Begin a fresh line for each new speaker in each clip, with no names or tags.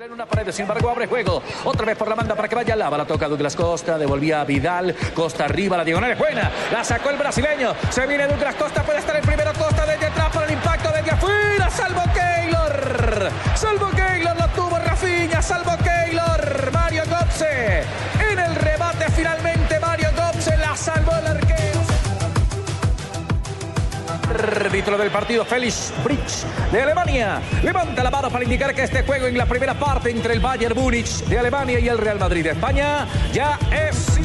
En una pared, sin embargo, abre juego. Otra vez por la banda para que vaya Lava. La toca Douglas Costa. Devolvía a Vidal. Costa arriba. La diagonal es buena. La sacó el brasileño. Se viene Douglas Costa. Puede estar el primero. Costa desde atrás para el impacto. Desde afuera. Salvo Keylor. Salvo Keylor. Lo tuvo Rafinha. Salvo Keylor. Mario Gotze. En el rebate finalmente Mario Gotze. La salvó el arquero. Árbitro del partido, Félix Bridge de Alemania. Levanta la mano para indicar que este juego en la primera parte entre el Bayern Múnich de Alemania y el Real Madrid de España ya es.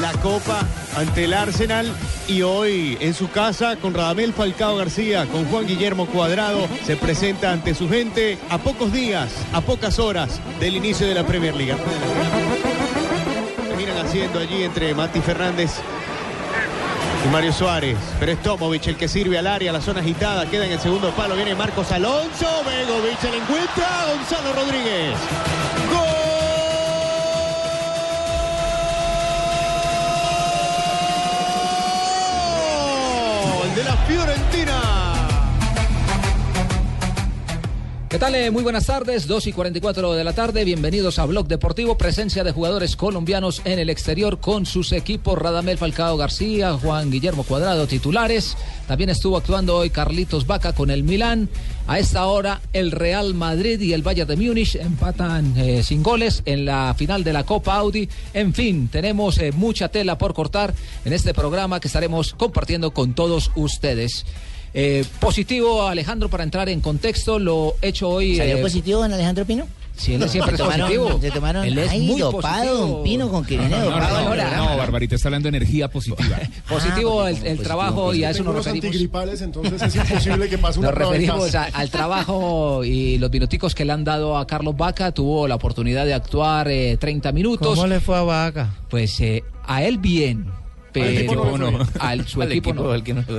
la Copa ante el Arsenal y hoy en su casa con Radamel Falcao García, con Juan Guillermo Cuadrado, se presenta ante su gente a pocos días, a pocas horas del inicio de la Premier League. Terminan haciendo allí entre Mati Fernández y Mario Suárez, pero es Tomovic el que sirve al área, la zona agitada, queda en el segundo palo, viene Marcos Alonso, Begovic se le encuentra, Gonzalo Rodríguez. ¡Gol de la Fiorentina!
¿Qué tal? Eh, Muy buenas tardes, 2 y 44 de la tarde. Bienvenidos a Blog Deportivo, presencia de jugadores colombianos en el exterior con sus equipos Radamel Falcao García, Juan Guillermo Cuadrado, titulares. También estuvo actuando hoy Carlitos Vaca con el Milán. A esta hora, el Real Madrid y el Bayern de Múnich empatan eh, sin goles en la final de la Copa Audi. En fin, tenemos eh, mucha tela por cortar en este programa que estaremos compartiendo con todos ustedes. Eh, positivo, Alejandro, para entrar en contexto, lo hecho hoy.
¿Salió
eh,
positivo don Alejandro Pino?
Sí, él siempre es
se tomaron,
positivo.
Se tomaron,
Él es
ay,
muy
dopado,
positivo.
don Pino, con que viene
No,
dopado
no,
ahora.
no, no, Barbarita está hablando de energía positiva.
positivo
Ah,
el,
positivo,
el trabajo y a eso
Tengo
nos
unos
referimos.
antigripales, entonces es imposible que pase una
Nos
prueba de
referimos
casa.
a- al trabajo y los minuticos que le han dado a Carlos Vaca. Tuvo la oportunidad de actuar eh, 30 minutos.
¿Cómo le fue a Vaca?
Pues eh, a él bien,
equipo no
pero
le fue bien.
al su equipo no.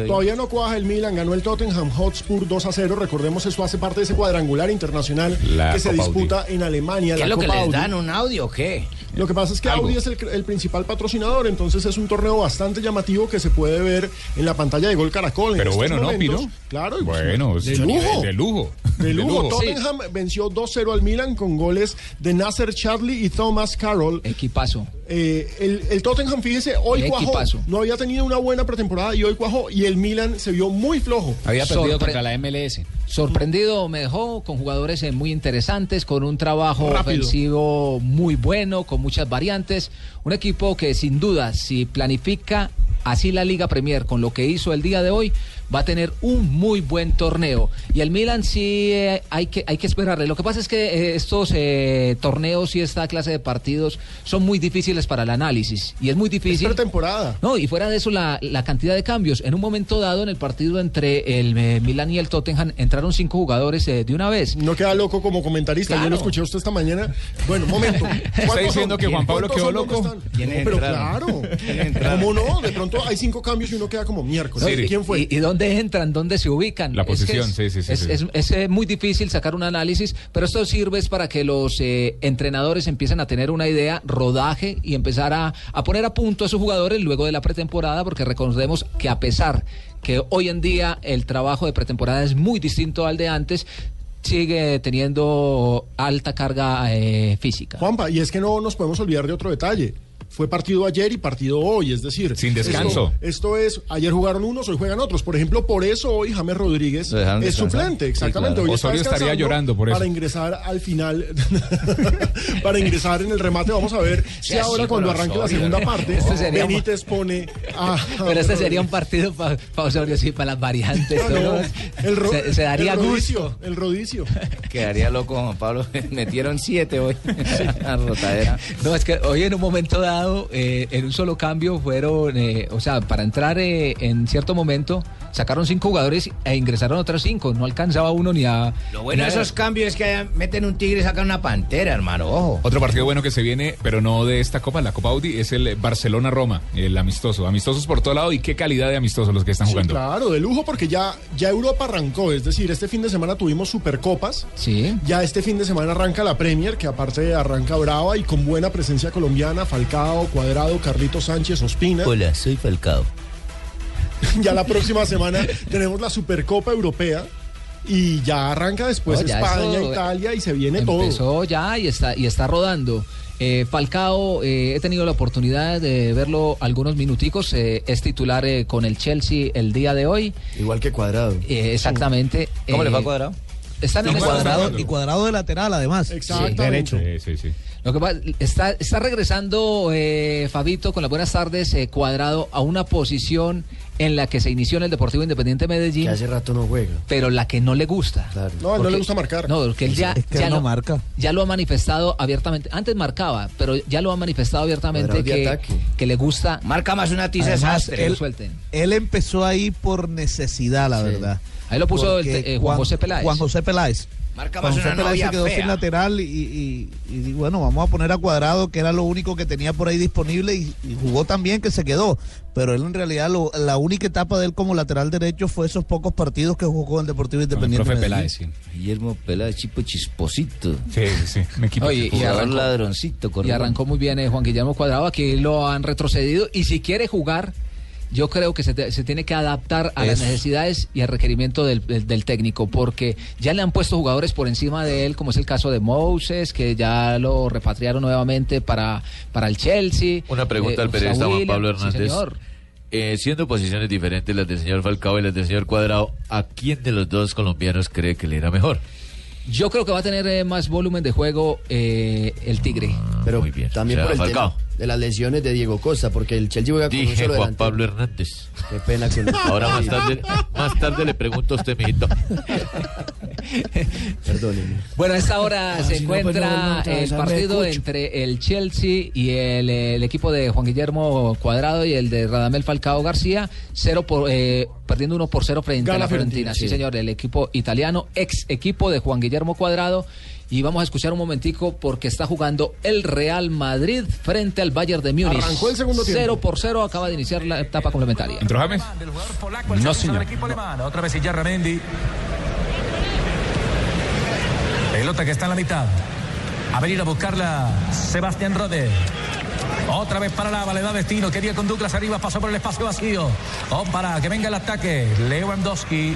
Todavía no cuaja el Milan, ganó el Tottenham Hotspur 2 a 0. Recordemos, eso hace parte de ese cuadrangular internacional
La
que se
Copa
disputa en Alemania.
¿Qué
la
es lo que
Copa
les
Audi.
dan? ¿Un audio o qué?
Lo que pasa es que Audi es el, el principal patrocinador, entonces es un torneo bastante llamativo que se puede ver en la pantalla de Gol Caracol. en
Pero
estos
bueno, ¿no,
momentos.
Pino?
Claro, y pues,
Bueno,
de
sí,
lujo.
De lujo.
De lujo,
Sí.
Tottenham venció 2-0 al Milan con goles de Nasser Chadli y Thomas Carroll.
Equipazo.
Eh, el, el Tottenham, fíjese, hoy
Qué
cuajó.
equipazo.
No había tenido una buena pretemporada y hoy cuajó. Y el Milan se vio muy flojo.
Había perdido
Sorpre-
contra la MLS.
Sorprendido me dejó con jugadores eh, muy interesantes, con un trabajo
Rápido.
ofensivo muy bueno, con muchas variantes. Un equipo que sin duda, si planifica así la Liga Premier con lo que hizo el día de hoy, va a tener un muy buen torneo. Y el Milan sí eh, hay, que, hay que esperarle. Lo que pasa es que eh, estos eh, torneos y esta clase de partidos son muy difíciles para el análisis. Y es muy
Es
difícil.
pretemporada.
No, y fuera de eso, la, la cantidad de cambios. En un momento dado, en el partido entre el eh, Milan y el Tottenham, entraron cinco jugadores eh, de una vez.
No queda loco como comentarista. Yo
Claro.
lo escuché a usted esta mañana. Bueno, un momento. ¿Cuántos
diciendo
son?
que Juan Pablo
¿Cuántos
quedó
son?
loco?
¿Dónde están?
¿Quiénes
No, pero
entraron?
claro. ¿Cómo no? De pronto hay cinco cambios y uno queda como miércoles.
Sí.
¿Quién fue?
¿Y, y dónde entran? ¿Dónde se ubican?
La
Es que
posición,
es-
sí, sí, sí,
Es,
sí.
es- es, eh, muy difícil sacar un análisis, pero esto sirve es para que los eh, entrenadores empiecen a tener una idea, rodaje y empezar a, a poner a punto a sus jugadores luego de la pretemporada, porque recordemos que a pesar que hoy en día el trabajo de pretemporada es muy distinto al de antes, sigue teniendo alta carga eh, física.
Juanpa, Ah, y es que no nos podemos olvidar de otro detalle. Fue partido ayer y partido hoy, es decir,
Sin descanso.
Esto, esto es, ayer jugaron unos, hoy juegan otros. Por ejemplo, por eso hoy James Rodríguez
Lo dejaron
es
descansar.
suplente,
Sí,
exactamente.
claro.
Hoy
Osorio estaría
descansando
llorando por eso.
Para ingresar al final, para ingresar en el remate, vamos a ver si
así
ahora
con
cuando arranque la
Osorio,
segunda
¿no?
parte,
Este sería un-
Benítez pone a. a
Pero este
Rodríguez.
sería un partido para Osorio, sí, para las variantes.
No, no,
¿no?
el ro-
se, se daría
el
gusto.
rodicio, El rodicio.
Quedaría loco Juan Pablo. Metieron siete hoy. A rotadera.
No, es que hoy en un momento dado, eh, en un solo cambio fueron, eh, o sea, para entrar eh, en cierto momento, sacaron cinco jugadores e ingresaron otros cinco. No alcanzaba uno ni a.
Lo bueno de esos cambios es que meten un tigre y sacan una pantera, hermano. Ojo.
Otro partido bueno que se viene, pero no de esta copa, la Copa Audi, es el Barcelona-Roma, el amistoso. Amistosos por todo lado y qué calidad de amistosos los que están
Sí,
jugando.
claro, de lujo porque ya, ya Europa arrancó, es decir, este fin de semana tuvimos Supercopas,
Sí.
ya este fin de semana arranca la Premier, que aparte arranca brava y con buena presencia colombiana, Falcao, Cuadrado, Carlito Sánchez, Ospina.
Hola, soy Falcao.
Ya la próxima semana tenemos la Supercopa Europea y ya arranca después
No, ya
España,
eso-
Italia y se viene
Empezó
todo.
ya y está, y está rodando. Eh, Falcao, eh, he tenido la oportunidad de verlo algunos minuticos. eh, es titular eh, con el Chelsea el día de hoy.
Igual que cuadrado.
Eh, exactamente.
¿Cómo le va
eh,
a cuadrado?
Están en
Y
esta-
Cuadrado-
y cuadrado de lateral, además.
Exactamente.
Sí, sí, sí.
Lo que pasa- está, está regresando eh, Fabito con las buenas tardes eh, cuadrado a una posición en la que se inició en el Deportivo Independiente Medellín,
Que hace rato no juega.
pero la que no le gusta.
Claro.
No, no le gusta marcar.
No, porque él ya,
Es que
ya
él no
lo-
marca.
ya lo ha manifestado abiertamente. Antes marcaba, pero ya lo ha manifestado abiertamente
Cuadrado de
que,
ataque.
que le gusta
Marca más una tiza
Además,
desastre.
él,
suelten.
él empezó ahí por necesidad, la verdad.
Ahí lo puso
Porque
el te- eh, Juan José Peláez.
Juan José Peláez.
Marca
Juan
más
José
una
Peláez se
novia
quedó sin
fea.
lateral y, y- y bueno, vamos a poner a Cuadrado, que era lo único que tenía por ahí disponible y, y jugó también que se quedó. Pero él en realidad lo- la única etapa de él como lateral derecho fue esos pocos partidos que jugó con el Deportivo
Con el
Independiente.
profe
Medellín.
Peláez, sí.
Guillermo Pelá, chipo chisposito.
Sí, sí, sí. Un equipo
Oye,
que
y
juega.
Jugador
arrancó-
ladroncito,
Y
corrido.
arrancó muy bien eh, Juan Guillermo Cuadrado, aquí lo han retrocedido y si quiere jugar, yo creo que se, te- se tiene que adaptar a las
Eso.
necesidades y al requerimiento del, del- del técnico, porque ya le han puesto jugadores por encima de él, como es el caso de Moses, que ya lo repatriaron nuevamente para, para el Chelsea.
Una pregunta
Eh,
al periodista
Osa
Juan Pablo
Williams, sí,
Hernández.
señor.
Eh, siendo posiciones diferentes las del señor Falcao y las del señor Cuadrado, ¿a quién de los dos colombianos cree que le irá mejor?
Yo creo que va a tener eh, más volumen de juego eh, el Tigre.
Ah,
Pero
muy bien.
también
O sea,
por el tema
Falcao.
de las lesiones de Diego Costa, porque el Chelsea juega con un
Dije
solo
Juan
delantero.
Pablo Hernández.
Qué pena con él.
Ahora más tarde, más tarde le pregunto a usted, mijito.
Perdónenme.
Bueno, a esta hora se
si no, pues, no, no,
encuentra
otra vez
el
hambre de
partido
cucho.
entre el Chelsea y el, eh, el equipo de Juan Guillermo Cuadrado y el de Radamel Falcao García, cero por, eh, perdiendo uno por cero frente a
Gana
la Fiorentina.
Fiorentina,
Sí,
sí.
señor, el equipo italiano, ex equipo de Juan Guillermo Cuadrado. Y vamos a escuchar un momentico porque está jugando el Real Madrid frente al Bayern de Múnich.
Arrancó el segundo tiempo.
Cero por cero, acaba de iniciar la etapa complementaria.
¿Entró James?
Del jugador polaco, el servicio del equipo alemán. Otra vez Iyarra Mendy. Pelota que está en la mitad. A venir a buscarla Sebastián Rode. Otra vez para Lava, le da destino. Quería con Douglas arriba, pasó por el espacio vacío. O para que venga el ataque. Lewandowski.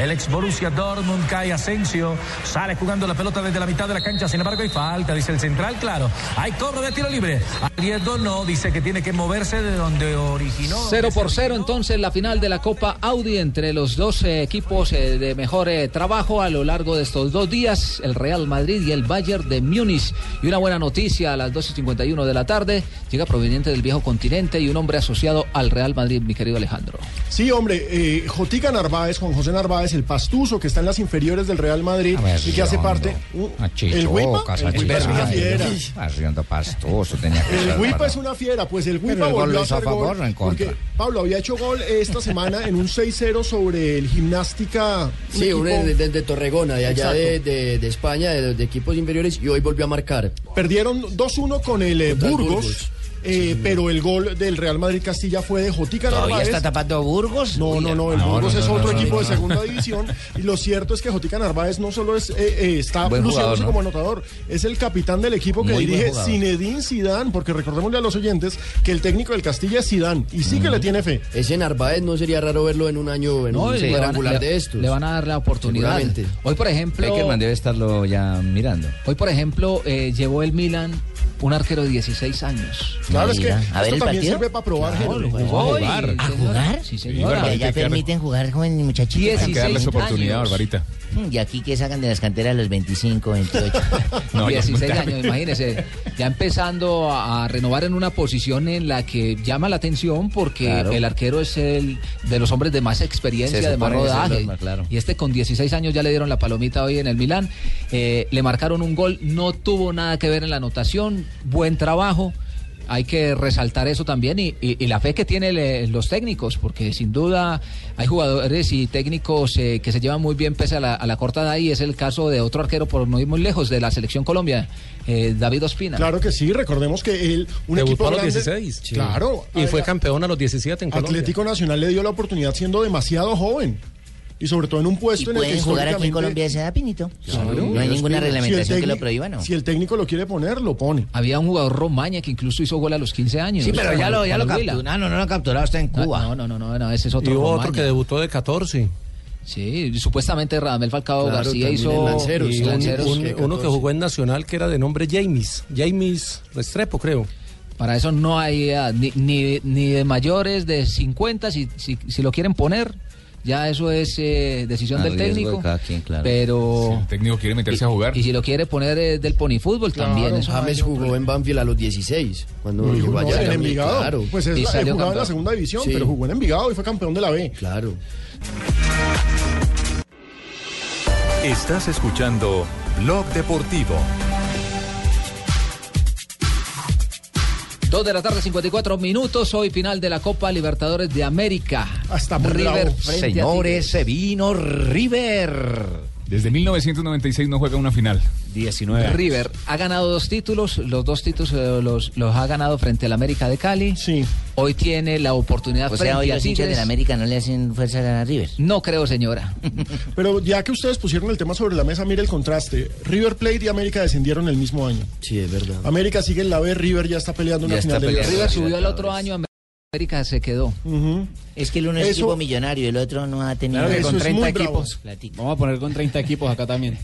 El ex Borussia Dortmund cae Asensio. Sale jugando la pelota desde la mitad de la cancha. Sin embargo, hay falta, dice el central, claro. Hay cobro de tiro libre. Arriesgo no, dice que tiene que moverse de donde originó.
0
donde se
por 0
originó.
entonces la final de la Copa Audi entre los dos eh, equipos eh, de mejor eh, trabajo a lo largo de estos dos días, el Real Madrid y el Bayern de Múnich. Y una buena noticia a las 12.51 de la tarde, llega proveniente del viejo continente y un hombre asociado al Real Madrid, mi querido Alejandro.
Sí, hombre, eh, Jotica Narváez, Juan José Narváez, el pastuso que está en las inferiores del Real Madrid
A ver,
y que hace
Riondo.
parte. uh,
Ah,
A
el Huipa.
Chichocas, a
El Huipa es una
Chichocas.
fiera.
Arriendo pastoso, tenía que ser
El Huipa
para-
es una fiera, pues el
Pero
Huipa
el gol
volvió
lo
a
hizo a
hacer
favor
gol,
o en contra.
Porque Pablo había hecho gol esta semana en un 6-0 sobre el Gimnástica.
Sí,
un
uno
equipo-
desde Torregona, de allá de, de- de España, de, de equipos inferiores, y hoy volvió a marcar.
Perdieron 2-1 con el eh,
Contra el
Burgos,
Burgos.
eh, pero el gol del Real Madrid Castilla fue de Jotica
¿Todavía
Narváez.
está tapando Burgos?
No,
Uy,
no, no, el
No,
Burgos
no,
es
no,
otro
no,
equipo
no.
de segunda división y lo cierto es que Jotica Narváez no solo es, eh, eh, está
Buen jugador,
luciéndose
¿no?
como anotador, es el capitán del equipo que
Muy buen
dirige
jugador.
Zinedine Zidane, porque recordémosle a los oyentes que el técnico del Castilla es Zidane y sí que le tiene fe.
Ese Narváez no sería raro verlo en un año en un
y le, van,
cuadrangular
le-
de estos.
le van a dar la oportunidad.
Seguramente.
Hoy, por ejemplo,
Peckerman debe estarlo ya mirando.
hoy, por ejemplo eh, llevó el Milan un arquero de 16 años.
Claro, es que
Mira, a ver
esto también
el partido.
sirve para probar. Ah, Henry.
Hoy,
jugar.
señora.
¿A jugar?
Ah, Sí,
Claro,
señora.
Porque
hay
allá
que quedar-
permiten jugar jóvenes muchachitos.
Hay que darles
16
oportunidad,
años. Ah,
Barbarita.
Y aquí que sacan de las canteras a los 25, 28.
No, ya es muy
16
tarde.
años, imagínese. Ya empezando a, a renovar en una posición en la que llama la atención porque
Claro.
el arquero es el de los hombres de más experiencia,
Se
de más
supone que es el
rodaje.
norma, claro.
Y este con 16 años ya le dieron la palomita hoy en el Milán. Eh, le marcaron un gol, no tuvo nada que ver en la anotación, buen trabajo. hay que resaltar eso también y, y- y la fe que tienen eh, los técnicos, porque sin duda hay jugadores y técnicos eh, que se llevan muy bien pese a la, a la corta edad y es el caso de otro arquero por no ir muy lejos de la selección Colombia, eh, David Ospina.
Claro que sí, recordemos que él, un
Debutó
equipo
a los
grande,
16. Sí.
Claro.
Y fue
Adela-
campeón a los 17 en Colombia.
Atlético Nacional le dio la oportunidad siendo demasiado joven. Y sobre todo en un puesto en el que
Pueden jugar aquí en
históricamente-
Colombia ese edad, Pinito.
Claro,
no hay ninguna
Ospina. Si
reglamentación
el
que lo
técnico-
prohíba, ¿no?
Si el técnico lo quiere poner, lo pone.
Había un jugador Romaña que incluso hizo gol a los 15 años.
Sí, pero ya lo- ya lo
capturaron, no lo capturaron, está en Cuba. No, no, no, no, no, ese es otro
y hubo
Romaña.
otro que debutó de 14.
Sí, supuestamente Radamel Falcao
Claro,
García
también
hizo
en Lanceros,
y
un-
Lanceros.
un- uno que jugó en Nacional que era de nombre James, James Restrepo, creo.
Para eso no hay edad, ni, ni, ni de mayores de 50, si, si, si lo quieren poner, ya eso es eh, decisión
A
del
riesgo de
técnico.
cada quien, claro.
Pero...
El técnico quiere meterse a jugar.
Y si lo quiere poner eh, del ponifútbol también.
Claro,
eso
James jugó en Banfield a los 16. Cuando
No,
llegó
no,
allá.
en Envigado.
Claro.
Pues es
Y
la- él
salió
jugaba en la
campeón.
segunda división,
Sí.
pero jugó en Envigado y fue campeón de la B.
Claro.
Estás escuchando Blog Deportivo.
Dos de la tarde, 54 minutos. Hoy final de la Copa Libertadores de América. Hasta River frente a
Señores,
Tigres.
se vino River.
Desde 1996 no juega una final.
19 años.
River ha ganado dos títulos, los dos títulos eh, los, los ha ganado frente al América de Cali. Sí. Hoy tiene la oportunidad
O
frente
sea, hoy
a
los hinchas
Tigres.
de la América no le hacen fuerza a River.
No creo, señora.
Pero ya que ustedes pusieron el tema sobre la mesa, mire el contraste. River Plate y América descendieron el mismo año.
Sí, es verdad.
América sigue en la B, River ya está peleando una
Ya está
final de
peleando.
River subió al otro año, América se quedó.
Es que el uno es
Eso-
equipo millonario, el otro no ha tenido.
Claro que con Eso es 30 muy bravo.
equipos.
Vamos a poner con 30 equipos acá también.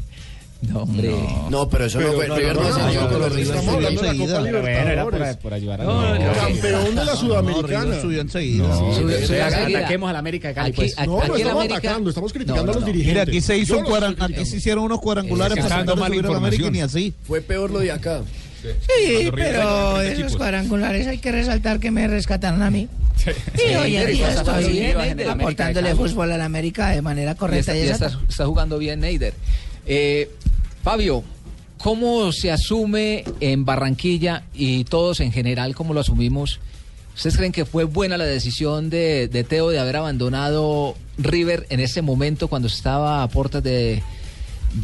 No, hombre.
No, pero eso no fue. River no ascendió con los River.
Estamos hablando de la Copa
Pero bueno, era por-
Libertadores.
por ayudar a-
No,
No,
Campeón de la Sudamericana.
River subió enseguida.
No,
Sí,
River
sí,
subió
sí,
enseguida.
Ataquemos a la América de Cali.
Aquí-
pues.
aquí- No, no aquí en estamos América- atacando, estamos criticando a los dirigentes.
Mira, aquí se hizo
Yo
un
los
cuadran-
estoy
aquí se hiculares hicieron unos cuadrangulares
Está
para
dando
tratar de
mala
subir a la América y ni así.
Fue peor lo de acá.
Sí,
Cuando River ganó
pero
tres
este
esos
equipos.
cuadrangulares hay que resaltar que me rescataron a mí. Y hoy en día
Está
estoy eh,
bien, Eider.
aportándole fútbol a la América de manera
Y
correcta
está,
y
y
exacta.
está- está jugando bien Neider. Eh, Fabio, ¿cómo se asume en Barranquilla y todos en general, cómo lo asumimos? ¿Ustedes creen que fue buena la decisión de, de Teo de haber abandonado River en ese momento cuando estaba a puertas de,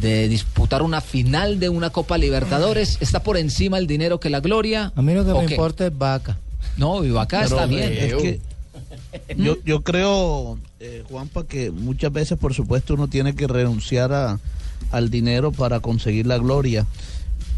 de disputar una final de una Copa Libertadores? ¿Está por encima el dinero que la gloria?
A mí lo
que me
importa es Vaca.
No, y Vaca
Pero,
está bien.
eh, es que yo, yo creo, eh, Juanpa, que muchas veces, por supuesto, uno tiene que renunciar a- al dinero para conseguir la gloria.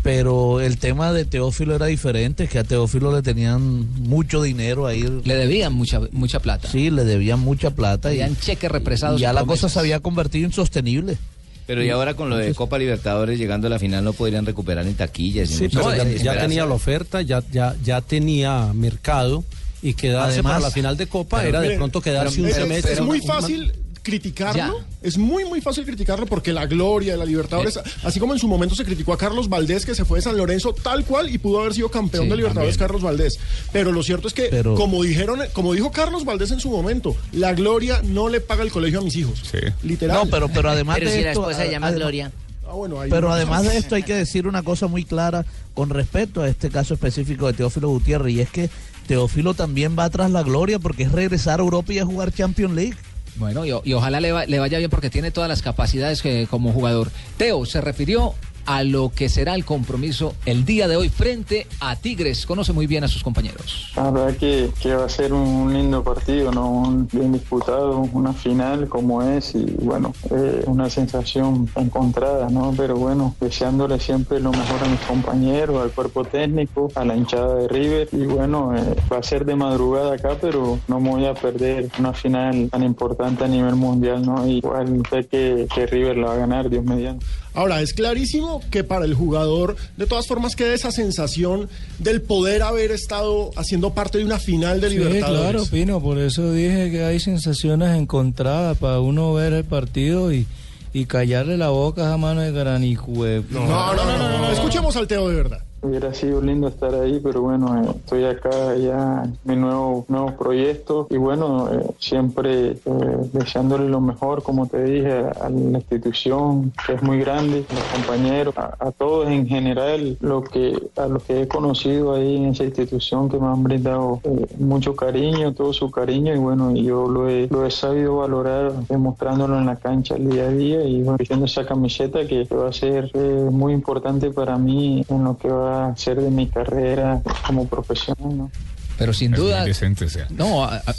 Pero el tema de Teófilo era diferente, que a Teófilo le tenían mucho dinero ahí.
Le debían mucha, mucha plata.
Sí, le debían mucha plata. y-
Habían cheques represados
y ya
y
la
promesas.
cosa se había convertido insostenible.
Pero y ahora con lo de Copa Libertadores llegando a la final no podrían recuperar en taquillas.
Sí, pero ya,
eh,
ya tenía la oferta, ya, ya, ya tenía mercado y quedarse
Además-
para la final de Copa
Pero
era de
miren,
pronto quedarse
pero-
un
es,
semestre.
es muy
un- un-
fácil criticarlo, es muy muy fácil criticarlo porque la gloria de la
Eh.
Libertadores, así como en su momento se criticó a Carlos Valdés que se fue de San Lorenzo tal cual y pudo haber sido campeón
Sí,
de Libertadores
también.
Carlos Valdés, pero lo cierto es que
Pero-
como dijeron, como dijo Carlos Valdés en su momento, la gloria no le paga el colegio a mis hijos. Literal.
No, pero- pero además Pero de si la esto, esposa a- llama
llama
además- Gloria.
Ah, bueno, ahí-
Pero además de esto hay que decir una cosa muy clara con respecto a este caso específico de Teófilo Gutiérrez y es que Teófilo también va tras la gloria porque es regresar a Europa y a jugar Champions League.
Bueno, y, o- y ojalá le, va- le vaya bien porque tiene todas las capacidades que- como jugador. Teo se refirió a lo que será el compromiso el día de hoy frente a Tigres. Conoce muy bien a sus compañeros.
La verdad que, que va a ser un lindo partido, ¿no? Un- bien disputado, una final como es y bueno, eh, una sensación encontrada, ¿no? Pero bueno, deseándole siempre lo mejor a mis compañeros, al cuerpo técnico, a la hinchada de River y bueno, eh, va a ser de madrugada acá, pero no me voy a perder una final tan importante a nivel mundial, ¿no? Igual sé que, que River la va a ganar, Dios mediante.
Ahora, es clarísimo que para el jugador, de todas formas, queda esa sensación del poder haber estado haciendo parte de una final de
Sí,
Libertadores.
claro, Pino, por eso dije que hay sensaciones encontradas para uno ver el partido y, y callarle la boca a esa mano de granicuepo.
No, no, no, no, no, no, escuchemos al Teo de verdad.
Hubiera sido lindo estar ahí, pero bueno, eh, estoy acá ya en mi nuevo, nuevo proyecto y bueno, eh, siempre eh, deseándole lo mejor, como te dije, a, a la institución que es muy grande, a los compañeros, a, a todos en general, lo que, a los que he conocido ahí en esa institución que me han brindado eh, mucho cariño, todo su cariño y bueno, y yo lo he, lo he sabido valorar demostrándolo en la cancha el día a día y bueno, vistiendo esa camiseta que va a ser eh, muy importante para mí en lo que va a ser de mi carrera como profesional. ¿no?
Pero sin duda.
decente, o sea.
No, a- a-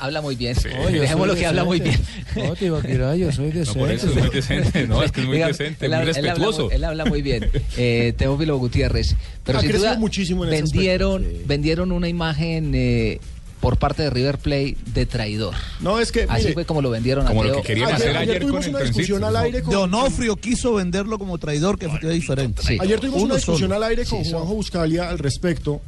habla muy bien.
Oye,
Dejémoslo
soy
que habla muy bien.
decente. No, Tibaquirá, yo soy decente.
por eso es muy decente, no, es que es muy
Diga,
decente,
él
muy
habla- él habla
respetuoso.
mu- Él habla, muy bien. Eh, Teófilo Gutiérrez. Pero
Ha
sin
crecido
duda,
muchísimo en ese aspecto.
vendieron, vendieron una imagen eh, por parte de River Play de traidor.
No, es que.
Así
mire,
fue como lo vendieron a Teo.
tuvimos una discusión al aire con.
Donofrio quiso venderlo como traidor, que fue diferente.
Ayer tuvimos
Uno
una discusión
solo.
al aire con Juanjo Buscalia al respecto,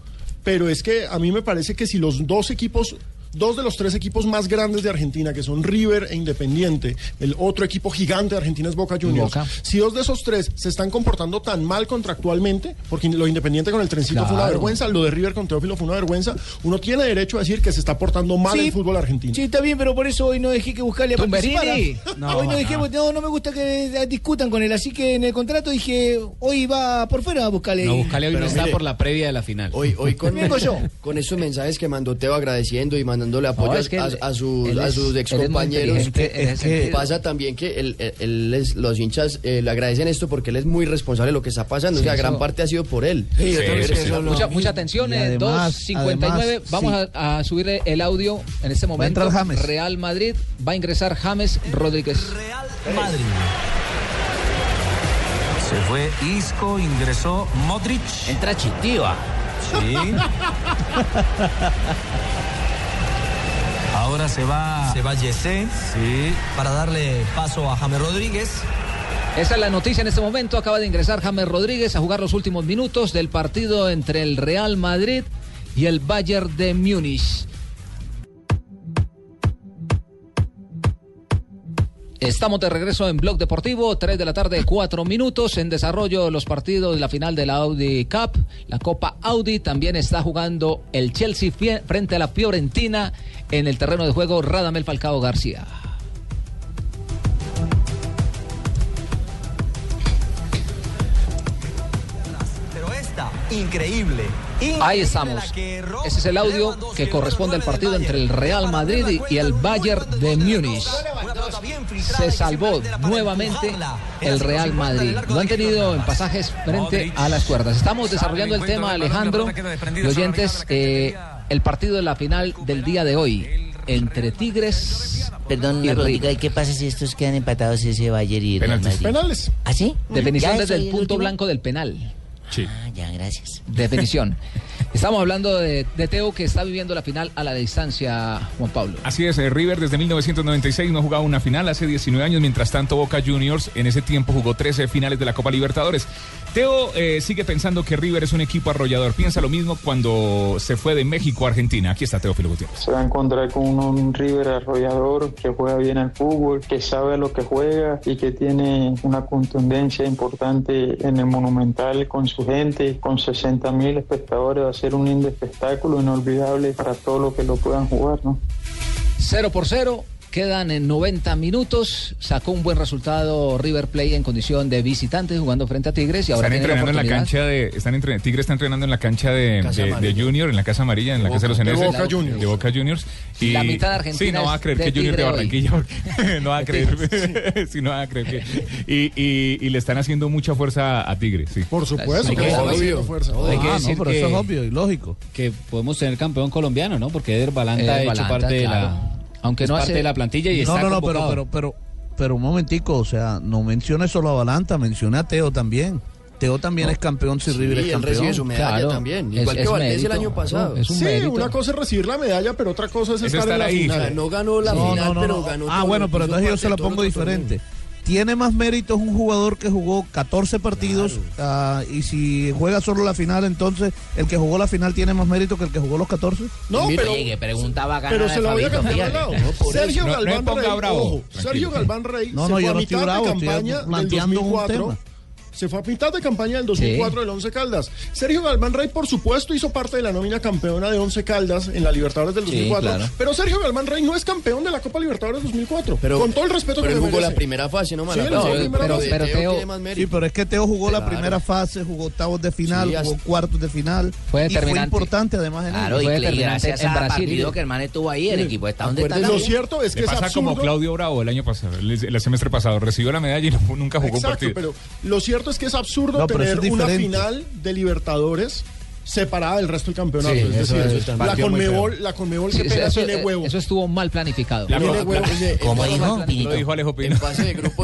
pero es que a mí me parece que si los dos equipos, dos de los tres equipos más grandes de Argentina, que son River e Independiente, el otro equipo gigante de Argentina es Boca Juniors,
Boca.
si dos de esos tres se están comportando tan mal contractualmente, porque lo de Independiente con el trencito fue una
Claro.
vergüenza, lo de River con Teófilo fue una vergüenza, uno tiene derecho a decir que se está portando mal
Sí.
el fútbol argentino.
Sí, está bien, pero por eso hoy no dejé que buscarle a
Tumberini.
participar.
No,
hoy no dejé, no. no, me gusta que eh, discutan con él, así que en el contrato dije, hoy va por fuera a buscarle.
No, Buscalia hoy no está por la previa de la final.
Hoy, hoy con,
Vengo yo.
con esos mensajes que mandó Teo agradeciendo y mandándole apoyo
No, es que
a,
él-
a sus,
él
a
es-
sus
él es muy
excompañeros.
inteligente en ese sentido.
pasa también que él- él- él es- los hinchas eh, le agradecen esto porque él es muy responsable de lo que está pasando. o
Sí,
sea, gran
eso-
parte ha sido por él.
Mucha, mucha atención,
Y
eh,
además-
2.59.
además,
Vamos
sí.
a, a subir el audio en este momento.
entrar James.
Real Madrid, va a ingresar James Rodríguez.
Madrid. Se fue Isco, ingresó Modric. Entra Chitiva. Sí. Ahora se va. Se va Yesé. Sí. Para darle paso a James Rodríguez.
Esa es la noticia en este momento. Acaba de ingresar James Rodríguez a jugar los últimos minutos del partido entre el Real Madrid y el Bayern de Múnich. Estamos de regreso en Blog Deportivo, 3 de la tarde, 4 minutos. En desarrollo los partidos de la final de la Audi Cup, la Copa Audi. También está jugando el Chelsea fie- frente a la Fiorentina en el terreno de juego Radamel Falcao García.
Pero esta, increíble.
Ahí estamos. Ese es el audio que corresponde al partido entre el Real Madrid y- y el Bayern de Múnich. Se salvó nuevamente el Real Madrid. Lo han tenido en pasajes frente a las cuerdas. Estamos desarrollando el tema, Alejandro y oyentes. eh, el partido de la final del día de hoy entre Tigres.
Perdón, una
Y River.
pregunta, ¿y ¿qué pasa si estos quedan empatados ese Bayern y Real
Penaltis.
Madrid?
Penales.
¿Ah, sí?
Definición
¿Ya
desde
soy
el punto
último?
blanco del penal.
Ah, ya, gracias.
Definición. Estamos hablando de, de Teo que está viviendo la final a la distancia, Juan Pablo.
Así es, eh, River desde 1996 no jugaba una final hace 19 años, mientras tanto Boca Juniors en ese tiempo jugó 13 finales de la Copa Libertadores. Teo eh, sigue pensando que River es un equipo arrollador, piensa lo mismo cuando se fue de México a Argentina. Aquí está Teófilo Gutiérrez.
se va a encontrar con un, un River arrollador que juega bien al fútbol, que sabe lo que juega y que tiene una contundencia importante en el Monumental con su gente, con 60 mil espectadores. Va a ser un lindo espectáculo inolvidable para todos los que lo puedan jugar, ¿no?
0 por 0. Quedan en 90 minutos. Sacó un buen resultado River Play en condición de visitante jugando frente a Tigres y ahora
Están
tiene la
entrenando en la
oportunidad.
cancha de. Están entre, Tigre está entrenando en la cancha de,
Casa
de- de
Amarilla.
Junior, en la Casa Amarilla, en la Casa de los
Boca- de
Eneses.
Boca
De Boca Juniors. Y,
La mitad de Argentina
Sí, no va a
es
creer
de
que Junior de
Tigre hoy.
Barranquilla. porque- no va a creer. sí, no va a creer que. Y, y, y le están haciendo mucha fuerza a Tigre, sí. Ah,
Por
supuesto,
Hay que- obvio. fuerza.
Ah,
Hay que decir que-
y lógico.
Que podemos tener campeón colombiano, ¿no? Porque Eder Balanta
Eder
ha hecho
Balanta,
parte de
claro.
la... es parte de la plantilla y
no,
está
No, no,
convocado.
pero, pero, pero, pero un momentico, o sea, no mencione solo a Balanta, mencione a Teo también. Teo también es campeón si
Sí,
River es
él
campeón.
recibe su medalla también, igual que Valdés el año pasado.
sí, una cosa es recibir la medalla, pero otra cosa es, estar, en la final.
O sea, no ganó la final, pero ganó
Ah,
todo lo
bueno,
que
pero
hizo
entonces yo
parte
se
de
la
todo
pongo
el otro
diferente. Tiene más méritos un jugador que jugó 14 partidos ah, y si juega solo la final, entonces el que jugó la final tiene más mérito que el que jugó los 14.
Oye, que preguntaba ganar
Pero se la voy a
Fabito
cambiar al
Fierro.
lado. Sergio
No, no me
Galván
ponga
Rey,
bravo.
ojo,
Tranquilo.
Sergio Galván Rey
No,
se
no,
fue
yo
a
no estoy
mitad
bravo,
de
estoy
campaña del
planteando un
2004.
tema.
Se fue a mitad de campaña del 2004 del Once Caldas. Sergio Galván Rey, por supuesto, hizo parte de la nómina campeona de Once Caldas en la Libertadores del
Sí,
2004.
claro.
Pero Sergio Galván Rey no es campeón de la Copa Libertadores 2004.
Pero-
con todo el respeto
pero
que
él
le
jugó
merece.
la primera fase, ¿no, Mara?
Sí,
No,
la primera
pero-
fase.
pero Teo-
tiene más mérito.
Sí, pero es que Teo jugó la
Claro.
primera fase, jugó octavos de final,
Sí, hasta-
jugó cuartos de final.
Fue
y fue
determinante.
importante además en
Claro,
ello.
y que gracias a partido que hermano estuvo ahí, el
Sí.
equipo está donde está.
Acuérdese,
ahora.
lo cierto es
Le
que es
pasa como
absurdo.
Claudio Bravo el año pasado, el, el semestre pasado. Recibió la medalla y no- nunca jugó
Exacto,
un partido.
pero lo cierto es que es absurdo
No, pero eso
tener
es
una
diferente.
final de Libertadores separada del resto del campeonato.
Sí,
es
eso
decir,
es-
la
partido muy
Conmebol,
feo.
la Conmebol
Sí,
que pega
eso,
tiene
eh,
huevo.
eso estuvo mal planificado.
La Tiene co- huevo. la- Oye, ¿Cómo
Mal
dijo?
planificado.
Lo dijo Alejo Pino.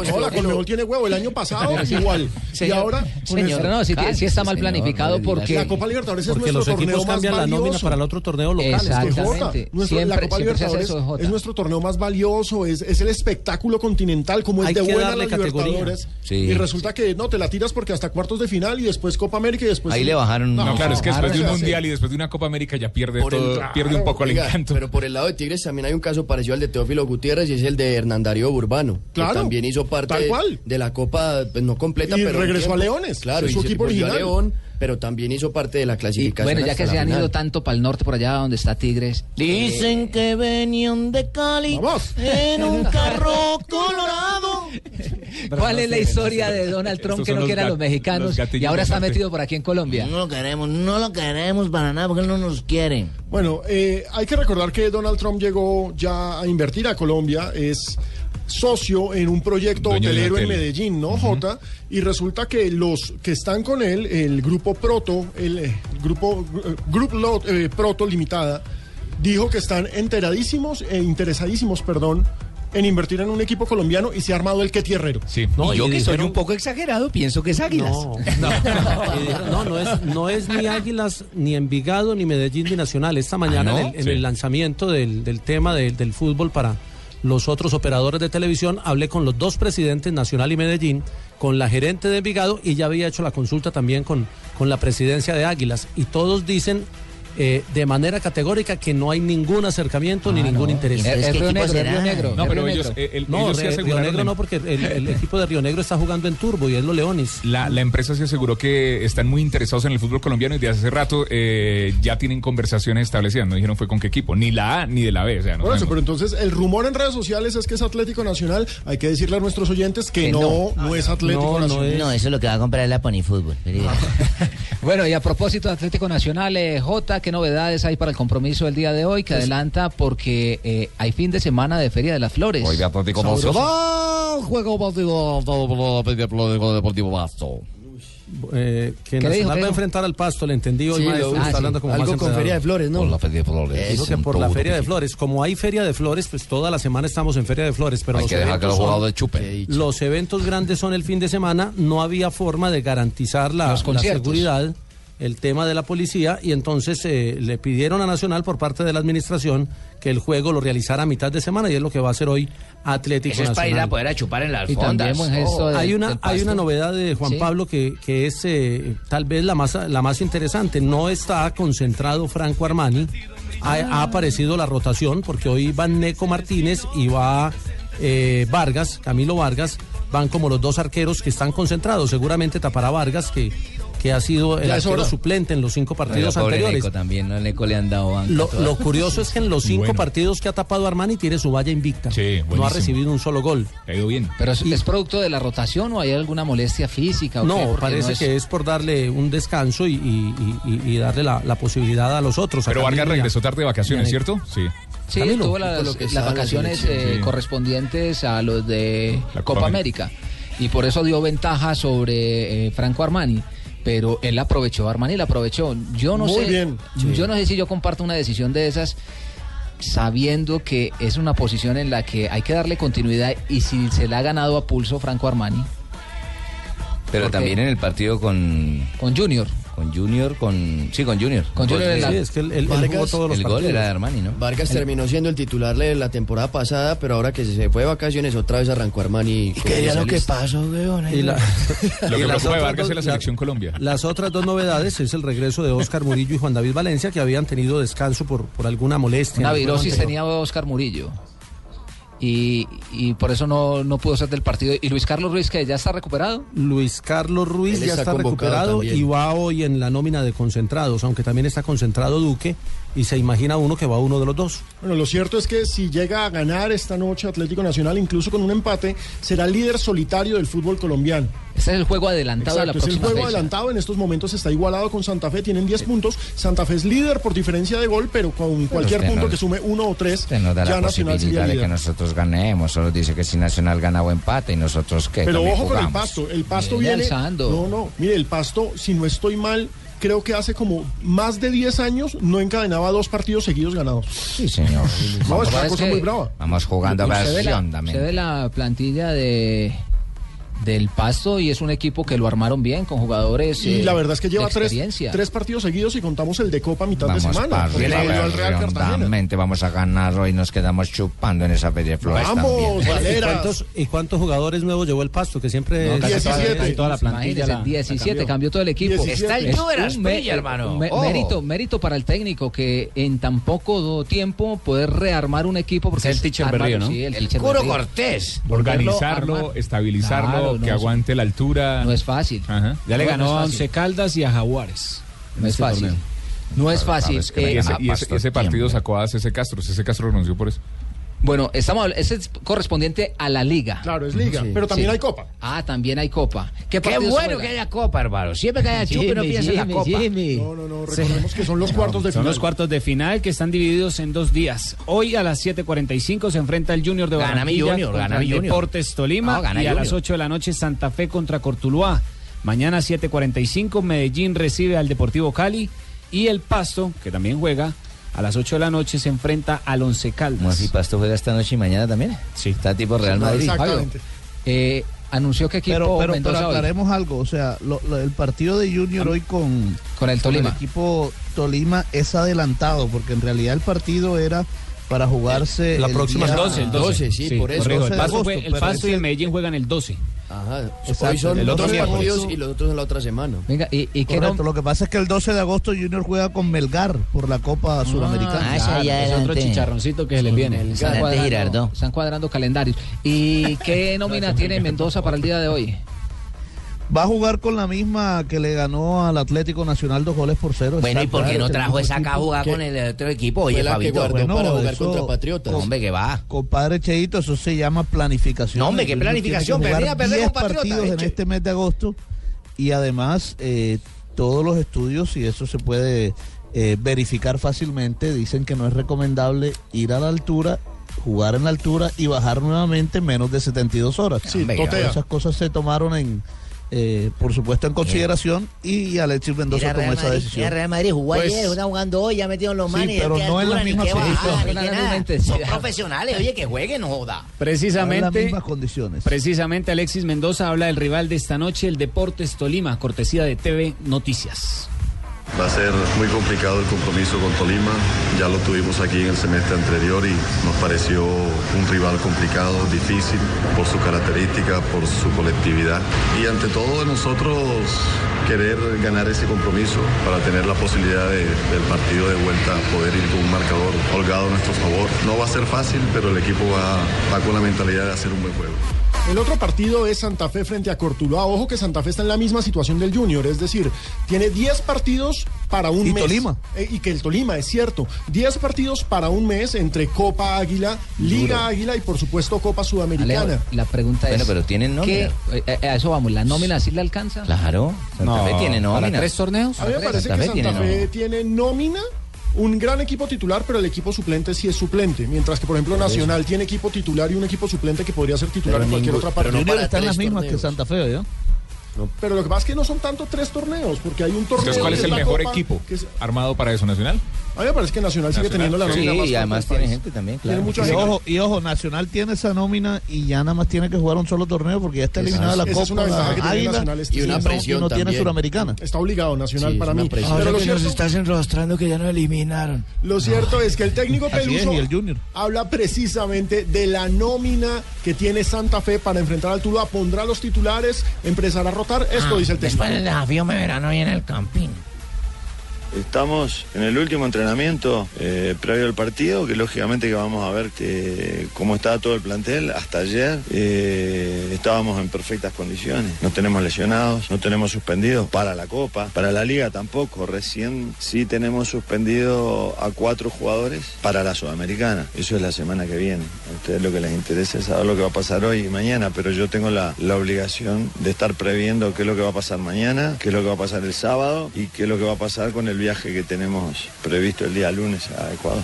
No, la Conmebol tiene huevo. El año pasado
Sí.
igual. Y
Señor,
ahora.
señor, no, si-
Cálmese,
si está mal
señor,
planificado,
no le
porque-
digas. La Copa Libertadores es
Ah, Porque
nuestro
los
torneo
equipos
más
cambian la nómina
valioso.
para el otro torneo local.
Es que, Jota,
Exactamente.
nuestro- la
Siempre-
Copa
siempre se hace
Libertadores
eso, Jota.
es nuestro torneo más valioso, es, es el espectáculo continental, como es
Hay
de
que
buena
darle
la
categoría.
Libertadores.
Sí.
Y resulta que no, te la tiras porque hasta cuartos de final y después Copa América y después.
Ahí le bajaron
No,
No,
claro, es que
Ah,
después de un
claro,
mundial y después de una Copa América ya pierde
Por el-
todo,
claro,
pierde un poco el
oiga,
encanto.
Pero por el lado de Tigres también hay un caso parecido al de Teófilo Gutiérrez y es el de Hernán Darío Urbano. que
Claro,
también hizo
tal
parte
cual.
de la Copa, pues, no completa,
Y
pero.
regresó
un
a
tiempo.
Leones,
Claro,
su
y se
equipo
volvió a
original.
León, pero también hizo parte de la clasificación.
Bueno, ya que
hasta
se
la
han
final.
ido tanto para el norte, por allá donde está Tigres. Eh.
Dicen
que venían de Cali en un carro colorado.
¿Cuál es la historia de Donald Trump
Estos
que
son
no
los
quiere a
gat-
los mexicanos
los gatillos
y ahora
de
está
Marte.
metido por aquí en Colombia?
No lo queremos, no lo queremos para nada porque él no nos quiere.
Bueno, eh, hay que recordar que Donald Trump llegó ya a invertir a Colombia, es socio en un proyecto
Dueño de un
hotelero en
hotel.
Medellín, ¿no, Jota? Y resulta que los que están con él, el grupo Proto, el eh, grupo eh, Group Lot, eh, Proto Limitada, dijo que están enteradísimos e interesadísimos, perdón, en invertir en un equipo colombiano y se ha armado el que tierrero.
Sí.
No,
yo que soy
un
poco exagerado, pienso que es Águilas.
No, no es, no es ni Águilas, ni Envigado, ni Medellín, ni Nacional.
Ah,
Esta mañana
¿no?
en, el, en
Sí.
el lanzamiento del, del tema del, del fútbol para los otros operadores de televisión, hablé con los dos presidentes, Nacional y Medellín, con la gerente de Envigado y ya había hecho la consulta también con, con la presidencia de Águilas. Y todos dicen eh, de manera categórica que no hay ningún acercamiento
Ah,
ni ningún interés.
Entonces, Es ¿qué Río equipo Negro, es será? Río Negro,
No,
es
pero
Río
ellos,
Negro.
eh, el-
No,
ellos sí
Re- Río
aseguraron
Negro
en-
no, porque el, el equipo de Río Negro está jugando en turbo y es los Leones.
La, la empresa se aseguró que están muy interesados en el fútbol colombiano y desde hace rato eh, ya tienen conversaciones establecidas. No dijeron fue con qué equipo, ni la A ni de la B. O sea, no
Por eso,
sabemos.
pero entonces el rumor en redes sociales es que es Atlético Nacional. Hay que decirle a nuestros oyentes que,
Que
no, no,
no.
es Atlético Nacional.
No, eso es lo que va a comprar la Pony Fútbol.
Ah, Bueno, y a propósito de Atlético Nacional, eh, J, ¿qué novedades hay para el compromiso del día de hoy? Que
Pues-
adelanta porque eh, hay fin de semana de Feria de las Flores.
Hoy de Atlético
Sabroso.
Nacional juega un partido todo por el Atlético Deportivo Vasco.
Eh, que
¿Qué
Nacional
le dijo, qué
va a
dijo?
enfrentar al Pasto, le entendí hoy,
Sí,
maestro,
lo-
está
ah, sí.
hablando como
Algo
más
con
entrenador.
Feria de Flores, ¿no? Por la Feria de Flores.
Digo que por la
Centro
Feria de
Europeo.
Flores, como hay Feria de Flores, pues toda la semana estamos en Feria de Flores, pero
Hay
los
que dejar que
eventos
los
son-
jugadores chupen.
los eventos grandes son el fin de semana, no había forma de garantizar la, la
conciertos.
seguridad, el tema de la policía, y entonces eh, le pidieron a Nacional por parte de la administración que el juego lo realizara a mitad de semana, y es lo que va a hacer hoy Atlético
Eso es para ir a
Nacional.
poder a chupar en las
Y
fondas.
también buen gesto de- Hay una-
del
hay
Pasto.
una novedad de Juan
Sí.
Pablo que, que es eh, tal vez la más, la más interesante. No está concentrado Franco Armani. Ha, ha aparecido la rotación porque hoy van Neco Martínez y va eh, Vargas, Camilo Vargas. Van como los dos arqueros que están concentrados. Seguramente tapará Vargas, que, que ha sido el
Ya es
arquero
hora.
suplente en los cinco
Oiga,
partidos
pobre
anteriores.
Neco también, ¿no? Neco le han dado banca
Lo,
toda-
lo curioso es que en los cinco
Bueno.
partidos que ha tapado Armani tiene su valla invicta. no ha
buenísimo.
recibido un solo gol.
bien.
Pero es, es producto de la rotación o hay alguna molestia física? o qué?
No,
Porque
parece que es por darle un descanso y, y- y- y darle la, la posibilidad a los otros. a
Pero
Camilo
Vargas
y a-
regresó tarde de vacaciones,
y a Neto.
¿cierto? Sí.
Sí,
Camilo,
tuvo
y
las,
con lo que
las
sabe la
vacaciones
selección,
eh,
sí.
correspondientes a los de Copa,
Copa
América. Y por eso dio ventaja sobre eh, Franco Armani. Pero él la aprovechó, Armani la aprovechó. Yo no
Muy
sé.
bien.
Yo no sé si yo comparto una decisión de esas sabiendo que es una posición en la que hay que darle continuidad y si se la ha ganado a pulso Franco Armani
Pero también en el partido con.
Con Junior.
Con Junior, con. Sí, con Junior.
Pues,
Gol de- El gol era de Armani, ¿no?
Vargas
El-
terminó siendo el titular de la temporada pasada, pero ahora que se fue de vacaciones otra vez arrancó Armani. como
que ya lo que
especialista.
pasó, weón, ahí Y la- Y
Lo que
las
preocupa de
otras
Vargas
dos-
es la
la-
selección Colombia.
Las otras dos novedades es el regreso de Óscar Murillo y Juan David Valencia, que habían tenido descanso por, por alguna molestia.
Una
en el juego
virosis
anterior.
tenía Oscar Murillo. y, y por eso no, no pudo ser del partido. ¿Y Luis Carlos Ruiz, que ya está recuperado?
Luis Carlos Ruiz ya
Él está
está
convocado
recuperado
también.
y va hoy en la nómina de concentrados, aunque también está concentrado Duque y se imagina uno que va uno de los dos.
Bueno, lo cierto es que si llega a ganar esta noche Atlético Nacional, incluso con un empate, será líder solitario del fútbol colombiano.
Este es el juego adelantado de la
Exacto, es el
próxima
juego
fecha.
adelantado. En estos momentos está igualado con Santa Fe, tienen 10 puntos. Santa Fe es líder por diferencia de gol, pero con cualquier
usted
punto
no-
que sume uno o tres,
Usted nos da
ya
la
Nacional sería
posibilidad de
líder.
que nosotros ganemos. Solo dice que si Nacional gana o empate y nosotros qué.
Pero
También
ojo con el
jugamos.
pasto. El pasto
Viene
viene.
alzando.
No, no. Mire, el pasto, si no estoy mal, creo que hace como más de 10 años no encadenaba dos partidos seguidos ganados. Sí,
señor.
Lo
No, es una
que pasa es
cosa
que-
muy brava.
Vamos jugando a
Usted ve la-
versión también.
usted ve la plantilla de del Pasto y es un equipo que lo armaron bien con jugadores
Y
eh,
la verdad es que lleva
de
tres,
experiencia.
tres partidos seguidos y contamos el de Copa a mitad
Vamos
de semana.
para
porque le
arriba,
goleó al Real Cartagena.
redondamente, vamos a ganar hoy, nos quedamos chupando en esa feria de flores también.
Pues ¿Y cuántos, y cuántos jugadores nuevos llevó el Pasto? Que siempre
No,
eh,
casi
toda-
17.
toda la plantilla.
Imagínese,
la- la
17,
cambió.
cambió todo el equipo.
17. Está el
Es
Jover
un
Asprilla,
mé-
hermano.
mé-
Ojo.
Mérito, mérito para el técnico que en tan poco do- tiempo poder rearmar un equipo. Porque
Es el
es
teacher
armarlo,
Berrío, ¿no?
Ah, sí, el
El
teacher
Curo
Berrío.
Cortés.
Volverlo a
Organizarlo,
armar.
estabilizarlo,
Claro, no,
que
es-
aguante la altura. No
es fácil.
Ya le
Bueno,
ganó
es
a
fácil.
Once Caldas y a Jaguares. este
No es fácil. No
Ah,
es fácil. Eh,
y, ese, y ese- ese partido sacó a César Castro. César Castro renunció por eso.
Bueno, estamos habl- ese es correspondiente a la liga. Claro,
es liga, pero también hay
copa. Ah, también hay copa.
Qué
¿Qué, partido se
bueno
juega?
que
haya copa, hermano. Siempre
que haya chupe, no piensa en la copa.
No, no, no. Recordemos que son los cuartos de
Son
final.
los cuartos de final que están divididos en dos días. Hoy a las 7:45 se enfrenta el Junior de
Gana mi
Barranquilla
Junior,
contra
gana
el
mi Junior.
Deportes Tolima
No, gana
y a
Junior.
las 8 de la noche Santa Fe contra Cortuluá. Mañana 7:45 Medellín recibe al Deportivo Cali y el Pasto, que también juega, a las 8 de la noche se enfrenta al Once
¿Cómo
Caldas.
así Pasto juega esta noche y mañana también? Sí. Está tipo Real
No,
Madrid.
exactamente. Eh, anunció que equipo
Pero, pero, pero
Mendoza hoy. Ah,
aclaremos algo, o sea, lo- lo- el partido de Junior hoy con,
Con el Tolima.
el equipo Tolima es adelantado, porque en realidad el partido era para jugarse
La
el
próxima
día-
el 12, el 12. corrijo,
12
el
de
Pasto,
agosto,
fue- el
pero
Pasto y
es-
el Medellín juegan el 12.
Ajá.
Exacto.
Hoy son
El otro
dos
miércoles.
partidos y los otros en la otra semana.
Venga, y, y
qué
Correcto, lo que pasa es que el 12 de agosto Junior juega con Melgar por la Copa Suramericana.
Ah, ese ahí
Claro,
adelante.
que se les viene.
Están cuadrando, están cuadrando calendarios. ¿Y qué nómina tiene Mendoza para el día de hoy?
Va a jugar con la misma que le ganó al Atlético Nacional dos goles Pues por cero.
Bueno, ¿y
Exacto.
por qué no
Claro,
trajo
este
esa acá a
equipo
jugar
que-
con el otro equipo? Oye, Fabito.
Bueno, eso-
Hombre, que va.
Compadre Cheito, eso se llama planificación.
No, hombre, ¿qué
Junior tiene
planificación?
que jugar
Venía a perder
10
compatriota,
partidos en
eche.
este mes de agosto y además eh, todos los estudios, y eso se puede eh, verificar fácilmente, dicen que no es recomendable ir a la altura jugar en la altura y bajar nuevamente en menos de 72 horas.
Sí,
Hombre,
totea.
Esas cosas se tomaron en, eh, por supuesto, en consideración y Alexis
Mira,
Mendoza tomó
Real
esa
Madrid,
decisión.
mira, Real Madrid jugó
Pues,
ayer, está jugando hoy, ya metieron los
Sí,
manes.
pero
qué
no en la
altura, ni
misma
qué
posición.
bajada, ni
No
qué
en la
nada.
misma
Son
intensidad.
profesionales, oye, que jueguen, no joda.
No en las
Precisamente,
mismas condiciones.
precisamente Alexis Mendoza habla del rival de esta noche, el Deportes Tolima, cortesía de TV Noticias.
Va a ser muy complicado el compromiso con Tolima. Ya lo tuvimos aquí en el semestre anterior y nos pareció un rival complicado, difícil, por su característica, por su colectividad. Y ante todo de nosotros querer ganar ese compromiso para tener la posibilidad de- del partido de vuelta, poder ir con un marcador holgado a nuestro favor. No va a ser fácil, pero el equipo va, va con la mentalidad de hacer un buen juego.
El otro partido es Santa Fe frente a Cortuluá. Ojo que Santa Fe está en la misma situación del Junior, es decir, tiene 10 partidos para un
Y
mes.
Tolima.
Eh, y que el Tolima, es cierto. 10 partidos para un mes entre Copa Águila, Liga
Duro.
Águila y por supuesto Copa Sudamericana.
Alejo, la pregunta
Bueno,
es.
pero tienen nómina.
Pues, ¿qué- eh, eh, a eso vamos, ¿la nómina sí le alcanza?
Claro.
Santa Fe tiene nómina.
A mí me parece que Santa Fe tiene nómina, un gran equipo titular, pero el equipo suplente sí es suplente. Mientras que, por ejemplo,
Por eso.
Nacional tiene equipo titular y un equipo suplente que podría ser titular
Pero
en cualquier
ningún-
otra
pero
parte.
Junior está en las mismas que Santa Fe, ¿eh? ¿ya?
Pero lo que pasa es que no son tanto tres torneos, porque hay un torneo.
Entonces, ¿cuál
que
es el
la
mejor
Copa,
equipo
que es-
armado para eso, Nacional?
a mí me parece que Nacional sigue
Nacional,
teniendo la
sí.
nómina
Sí,
más
y
además
tiene
gente también,
claro.
Tiene mucha
y,
gente.
ojo, y ojo, Nacional tiene esa nómina y ya nada más tiene que jugar un solo torneo porque ya está
Esa
eliminada
es-
la
esa
Copa
es una ventaja que tiene
Águila
Nacional este
no-
semestre.
y no tiene Suramericana.
Está obligado Nacional
Sí, es
para
una
mí.
presión.
Pero
Ahora
lo
que
cierto,
nos
Estás enrostrando que ya nos eliminaron.
lo cierto es que el técnico
Así es,
Peluso
y el Junior.
habla precisamente de la nómina que tiene Santa Fe para enfrentar al Tuluá. Pondrá los titulares, empezará a rotar. Esto
Ah,
dice el técnico.
Después del desafío me verán hoy en el campín.
Estamos en el último entrenamiento eh, previo al partido, que lógicamente que vamos a ver que, cómo está todo el plantel. Hasta ayer eh, estábamos en perfectas condiciones. No tenemos lesionados, no tenemos suspendidos para la Copa, para la Liga tampoco. Recién sí tenemos suspendido a cuatro jugadores para la Sudamericana. Eso es la semana que viene. A ustedes lo que les interesa es saber lo que va a pasar hoy y mañana, pero yo tengo la, la obligación de estar previendo qué es lo que va a pasar mañana, qué es lo que va a pasar el sábado y qué es lo que va a pasar con el viaje que tenemos previsto el día lunes a Ecuador.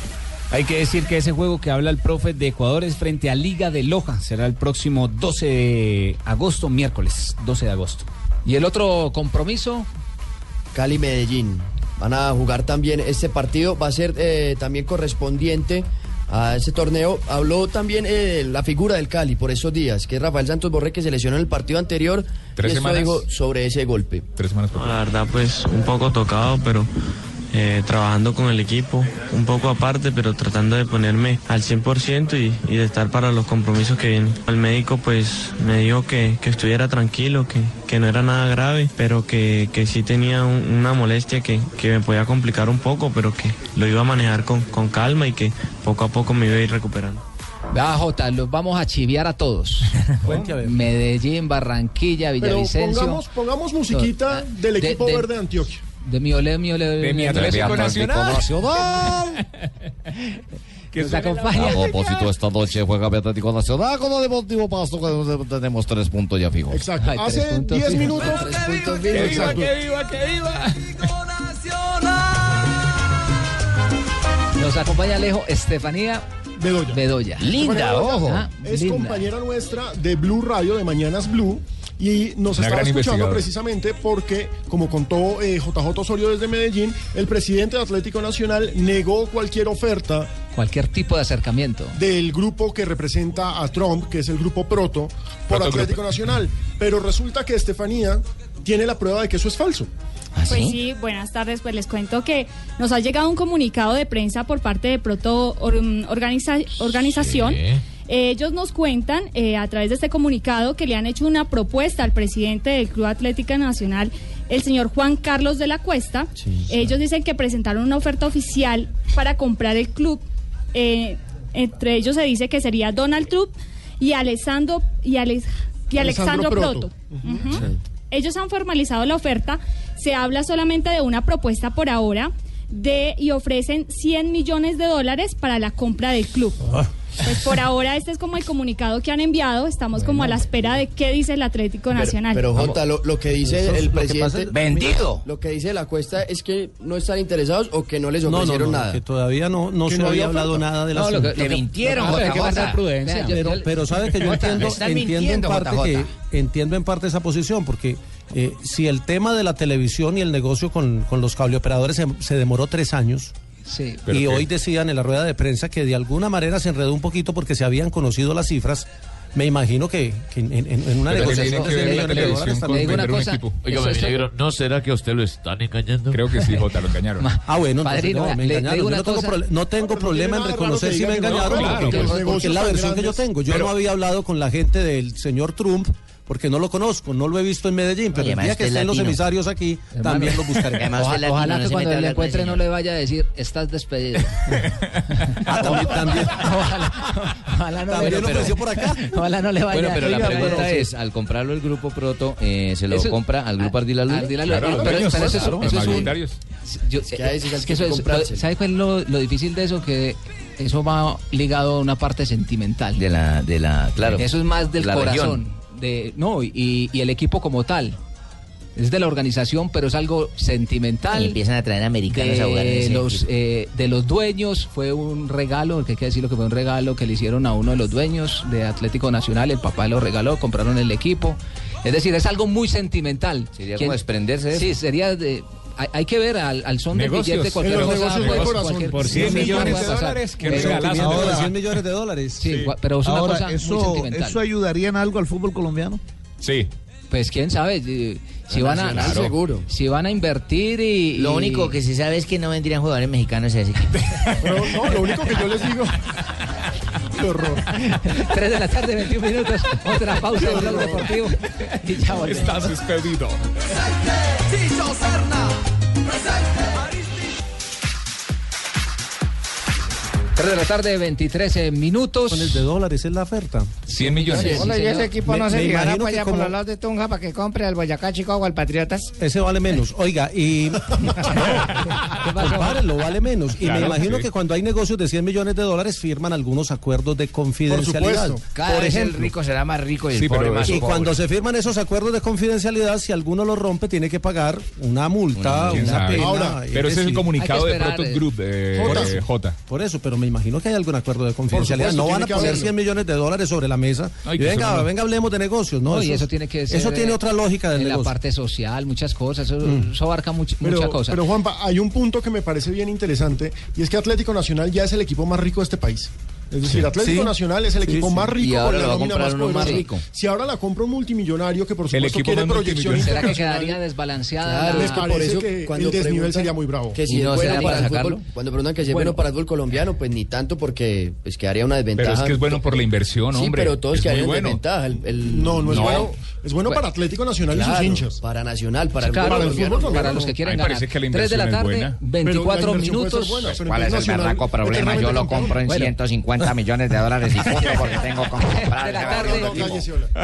Hay que decir que ese juego que habla el profe de Ecuador es frente a Liga de Loja. Será el próximo 12 de agosto, miércoles 12 de agosto.
Y el otro compromiso,
Cali Medellín. Van a jugar también este partido, va a ser eh, también correspondiente a ese torneo. Habló también eh, la figura del Cali por esos días, que es Rafael Santos Borré, que se lesionó en el partido anterior.
Tres
y esto
semanas.
dijo sobre ese golpe.
Tres semanas.
No, la verdad, pues un poco tocado, pero eh, trabajando con el equipo, un poco aparte, pero tratando de ponerme al 100% y, y de estar para los compromisos que vienen. El médico, pues me dijo que, que estuviera tranquilo, que, que no era nada grave, pero que, que sí tenía un- una molestia que, que me podía complicar un poco, pero que lo iba a manejar con, con calma y que poco a poco me iba a ir recuperando.
Vea, Jota, los vamos a chiviar a todos. Medellín, Barranquilla,
Pero
Villavicencio.
pongamos, pongamos musiquita
No,
del
de-
equipo
de-
verde de Antioquia.
De mi olé, mi olé,
De mi
olé.
Atlético De mi Atlético Nacional.
Nacional.
Que
Nos
suene la-
acompaña.
A propósito, esta noche juega Atlético Nacional con el Deportivo Pasto. que Tenemos tres puntos ya fijos.
Exacto.
Ay, tres
Hace
puntos
10
fijos.
minutos.
fijos.
Exacto.
viva, que viva!
Nos acompaña Alejo Estefanía
Bedoya.
Linda,
Bueno,
ojo.
ah, Es
Linda.
compañera nuestra de Blue Radio de Mañanas Blue. Y nos
Una
estaba
gran
escuchando
investigadora.
precisamente porque, como contó eh, JJ Osorio desde Medellín, el presidente de Atlético Nacional negó cualquier oferta.
Cualquier tipo de acercamiento.
Del grupo que representa a Trump, que es el grupo Proto, por
Proto
Atlético Nacional. Pero resulta que Estefanía tiene la prueba de que eso es falso.
Pues sí, buenas tardes. Pues les cuento que nos ha llegado un comunicado de prensa por parte de Proto Or- mm, Organiza- Organización. Eh, Ellos nos cuentan eh, a través de este comunicado que le han hecho una propuesta al presidente del Club Atlética Nacional, el señor Juan Carlos de la Cuesta. Ellos dicen que presentaron una oferta oficial para comprar el club. Eh, entre ellos se dice que sería Donald Trump y Alessandro, y Alex- y
Alessandro
Alexandro Proto.
Proto.
Ujú. Ellos han formalizado la oferta, se habla solamente de una propuesta por ahora de y ofrecen 100 millones de dólares para la compra del club. Pues por ahora este es como el comunicado que han enviado, estamos como a la espera de qué dice el Atlético Nacional.
Pero Jota, lo, lo que dice
Eso es
el
lo que
presidente.
pasa- ¡Vendido!
Lo que dice la cuesta es que no están interesados o que no les
No, no,
ofrecieron
no,
nada.
que todavía no, no
Que
se
no
había
había
hablado
oferta.
nada de la
No, lo que- lo que-
pero,
no, pero hay que guardar
prudencia. Vea, yo-
Pero,
yo-
pero sabe que yo
Jota,
entiendo,
me están
entiendo, en
mintiendo,
parte
JJ.
que- entiendo en parte esa posición, porque eh, si el tema de la televisión y el negocio con, con los cableoperadores se, se demoró tres años,
Sí.
y hoy decían en la rueda de prensa que de alguna manera se enredó un poquito porque se habían conocido las cifras. Me imagino que, que en, en- en una
Pero
negociación
tiene que
de
ver la
millones de
televisión
dólares
con
también.
vender un equipo.
Oiga, mi negro, ¿no será que a usted lo están engañando?
Creo que sí, Jota, lo engañaron.
Ah, bueno, entonces,
Padrino,
no, me
le- le
engañaron.
digo
Yo
una
no tengo,
cosa.
prole- no tengo problema en
tiene nada de
reconocer
raro
si
que
me
digan que no,
engañaron,
claro,
porque,
que los
porque es
negocios
la
tan
versión que yo
grandes.
tengo. Yo
Pero-
no había hablado con la gente del señor Trump, porque no lo conozco, no lo he visto en Medellín, pero el
además
día
este
que
es
estén los
latino.
emisarios aquí,
Hermano.
también lo buscaré.
Oja- ojalá que cuando le encuentre no le vaya a decir, estás despedido. Ojalá, ojalá no
También
le
lo ofreció
por acá. Ojalá no le vaya
Bueno,
a
pero la
oiga,
pregunta
pero-
es, al comprarlo el grupo Proto, eh, ¿se lo
Eso-
compra al
Ah,
grupo Ardila Luz?
Ardila Luz. Claro, Pero- pero dueños, eso es- claro, eso es un- mayoritarios. Yo-
que a veces hay
es que
que
eso es-
comprarse.
¿Sabe cuál es lo, lo difícil de eso? Que eso va ligado a una parte sentimental. De la, de la,
claro,
Eso es más del
la
corazón.
región.
De, no, y, y el equipo como tal. Es de la organización, pero es algo sentimental.
Y empiezan a traer americanos a jugar en
de
ese
los,
equipo.
eh, de los dueños. Fue un regalo, que hay que decirlo que fue un regalo que le hicieron a uno de los dueños de Atlético Nacional. El papá lo regaló, compraron el equipo. Es decir, es algo muy sentimental.
Sería
¿Quién-
como desprenderse de
Sí,
eso.
sería de... Hay, hay que ver al, al son del
Negocios.
billete cualquier
En los
cosa.
negocios
puede-
del corazón.
cualquier-
Por 100
cualquier cosa
millones
puede
de
pasar.
dólares que
Pero-
regalaste.
Ahora, 100 millones de dólares.
Sí, gua- pero es una
Ahora,
cosa muy
eso,
sentimental.
¿Eso ayudaría en algo al fútbol colombiano?
Sí.
Pues quién sabe, eh, si van a
Nacional, seguro.
si van a invertir y
Lo
y-
único que se sabe es que no vendrían jugadores mexicanos a ese equipo.
No, lo único que yo les digo. Qué horror.
3 de la tarde, 21 minutos, otra pausa en Blog Deportivo y ya volvemos.
Estás despedido.
Presente, Tillo Serna. Presente, Aristides.
3 de la tarde, 23 eh, minutos.
Millones de dólares es la oferta.
100
Hola, y ese equipo no
Me-
se
me
llevará
imagino
para
que
allá por
como-
los lados de Tunja para que compre al Boyacá Chicago al Patriotas.
Ese vale menos. Oiga, y. Compárenlo, vale menos. Y
Claro,
me imagino
sí.
que cuando hay negocios de 100 millones de dólares firman algunos acuerdos de confidencialidad.
Cada vez el rico será más rico y el
Sí,
pobre
pero-
más
y
pobre.
cuando se firman esos acuerdos de confidencialidad, si alguno los rompe, tiene que pagar una multa,
¿Quién
una,
sabe?
pena.
Ahora, pero ese es el
decir,
comunicado de Protos Group, eh,
Por
eh,
eso.
J.
Por eso, pero me imagino que hay algún acuerdo de confidencialidad.
supuesto,
no
tiene
van a
que
poner
haberlo.
100 millones de dólares sobre la mesa.
No, y
Y
que
venga,
eso no-
venga, hablemos de negocios. No,
No, y eso tiene que ser,
Eso tiene
eh,
otra lógica del
en la
negocio.
parte social, muchas cosas, eso,
Mm.
eso abarca much-
Pero,
mucha cosa.
pero Juanpa, hay un punto que me parece bien interesante y es que Atlético Nacional ya es el equipo más rico de este país. Es decir,
Sí.
Atlético
Sí.
Nacional es el
Sí,
equipo
sí.
más rico
Y ahora
con la
lo va a
nómina
comprar
más
uno más
poderosa.
rico.
Si ahora la compra un multimillonario que por supuesto
equipo
quiere
más
proyección
multimillonario.
¿Será que
internacional,
quedaría desbalanceada?
Claro,
la-
es que por eso
el
cuando
desnivel
preguntan
sería muy bravo.
Que si es bueno para, el fútbol, cuando preguntan que si es bueno. para el fútbol colombiano, pues ni tanto porque pues quedaría una desventaja.
Pero es que es bueno por la inversión,
sí,
hombre.
pero todos
es muy
quedarían en
bueno.
desventaja. El, el- Pues,
No, no es bueno. Es bueno para Atlético Nacional y sus
Claro,
hinchas.
Para Nacional, para el,
Claro,
fútbol
para el
colombiano,
fútbol
no.
colombiano.
los que quieren
Ay,
ganar.
parece que la
3 de la
inversión es
tarde,
buena.
Pero la
24
inversión puede ser
minutos.
buena, pero ¿Cuál es el entonces berraco nacional- problema? eternamente Yo lo campeón. compro en
150 millones de dólares y punto porque tengo como
de la tarde,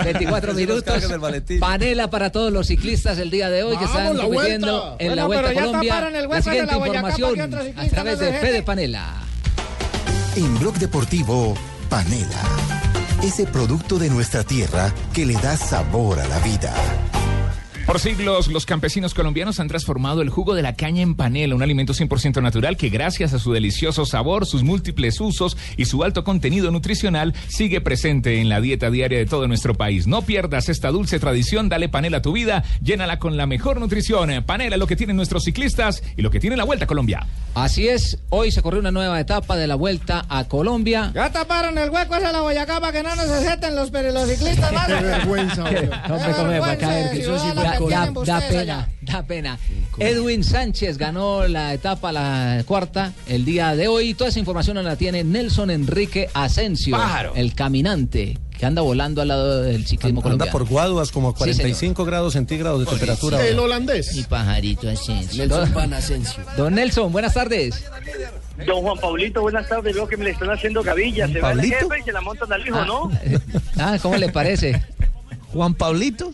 24 minutos. Panela para todos los ciclistas el día de hoy que están
Vamos, la
compitiendo
vuelta.
en la
Bueno, pero
Vuelta a
ya
Colombia.
taparon el
la
hueco de
siguiente
la Boyacá para que
información
otro
a
ciclista
través
no
de
se
Fede
jete.
Panela.
En Blog Deportivo, Panela. Ese producto de nuestra tierra que le da sabor a la vida.
Por siglos, los campesinos colombianos han transformado el jugo de la caña en panela, un alimento 100% natural que gracias a su delicioso sabor, sus múltiples usos y su alto contenido nutricional sigue presente en la dieta diaria de todo nuestro país. No pierdas esta dulce tradición, dale panela a tu vida, llénala con la mejor nutrición. Eh, Panela, lo que tienen nuestros ciclistas y lo que tiene la Vuelta a Colombia.
Así es, hoy se corrió una nueva etapa de la Vuelta a Colombia.
Ya taparon el hueco ese de la Boyacá para que no nos acepten los perelociclistas, ¿vale?
Qué vergüenza, hombre.
Qué
Hombre, cómo me va a caer, que eso sí
vergüenza, ciudadana, que
da- da-
tienen
da
ustedes
pena,
allá.
da pena. Edwin Sánchez ganó la etapa, la cuarta, el día de hoy. Toda esa información la tiene Nelson Enrique Asensio,
Pájaro.
el caminante que anda volando al lado del ciclismo
Anda
colombiano.
por Guaduas como a
Sí, señor.
45 grados centígrados de temperatura.
El
holandés.
Y pajarito ascenso.
Nelson
Pan Asensio.
Don Nelson, buenas tardes.
Don Juan Paulito, buenas tardes. Veo que me le están haciendo gavilla. Se va el jefe y se la montan al hijo, ¿no?
Ah, ¿cómo le parece?
Juan Pablito.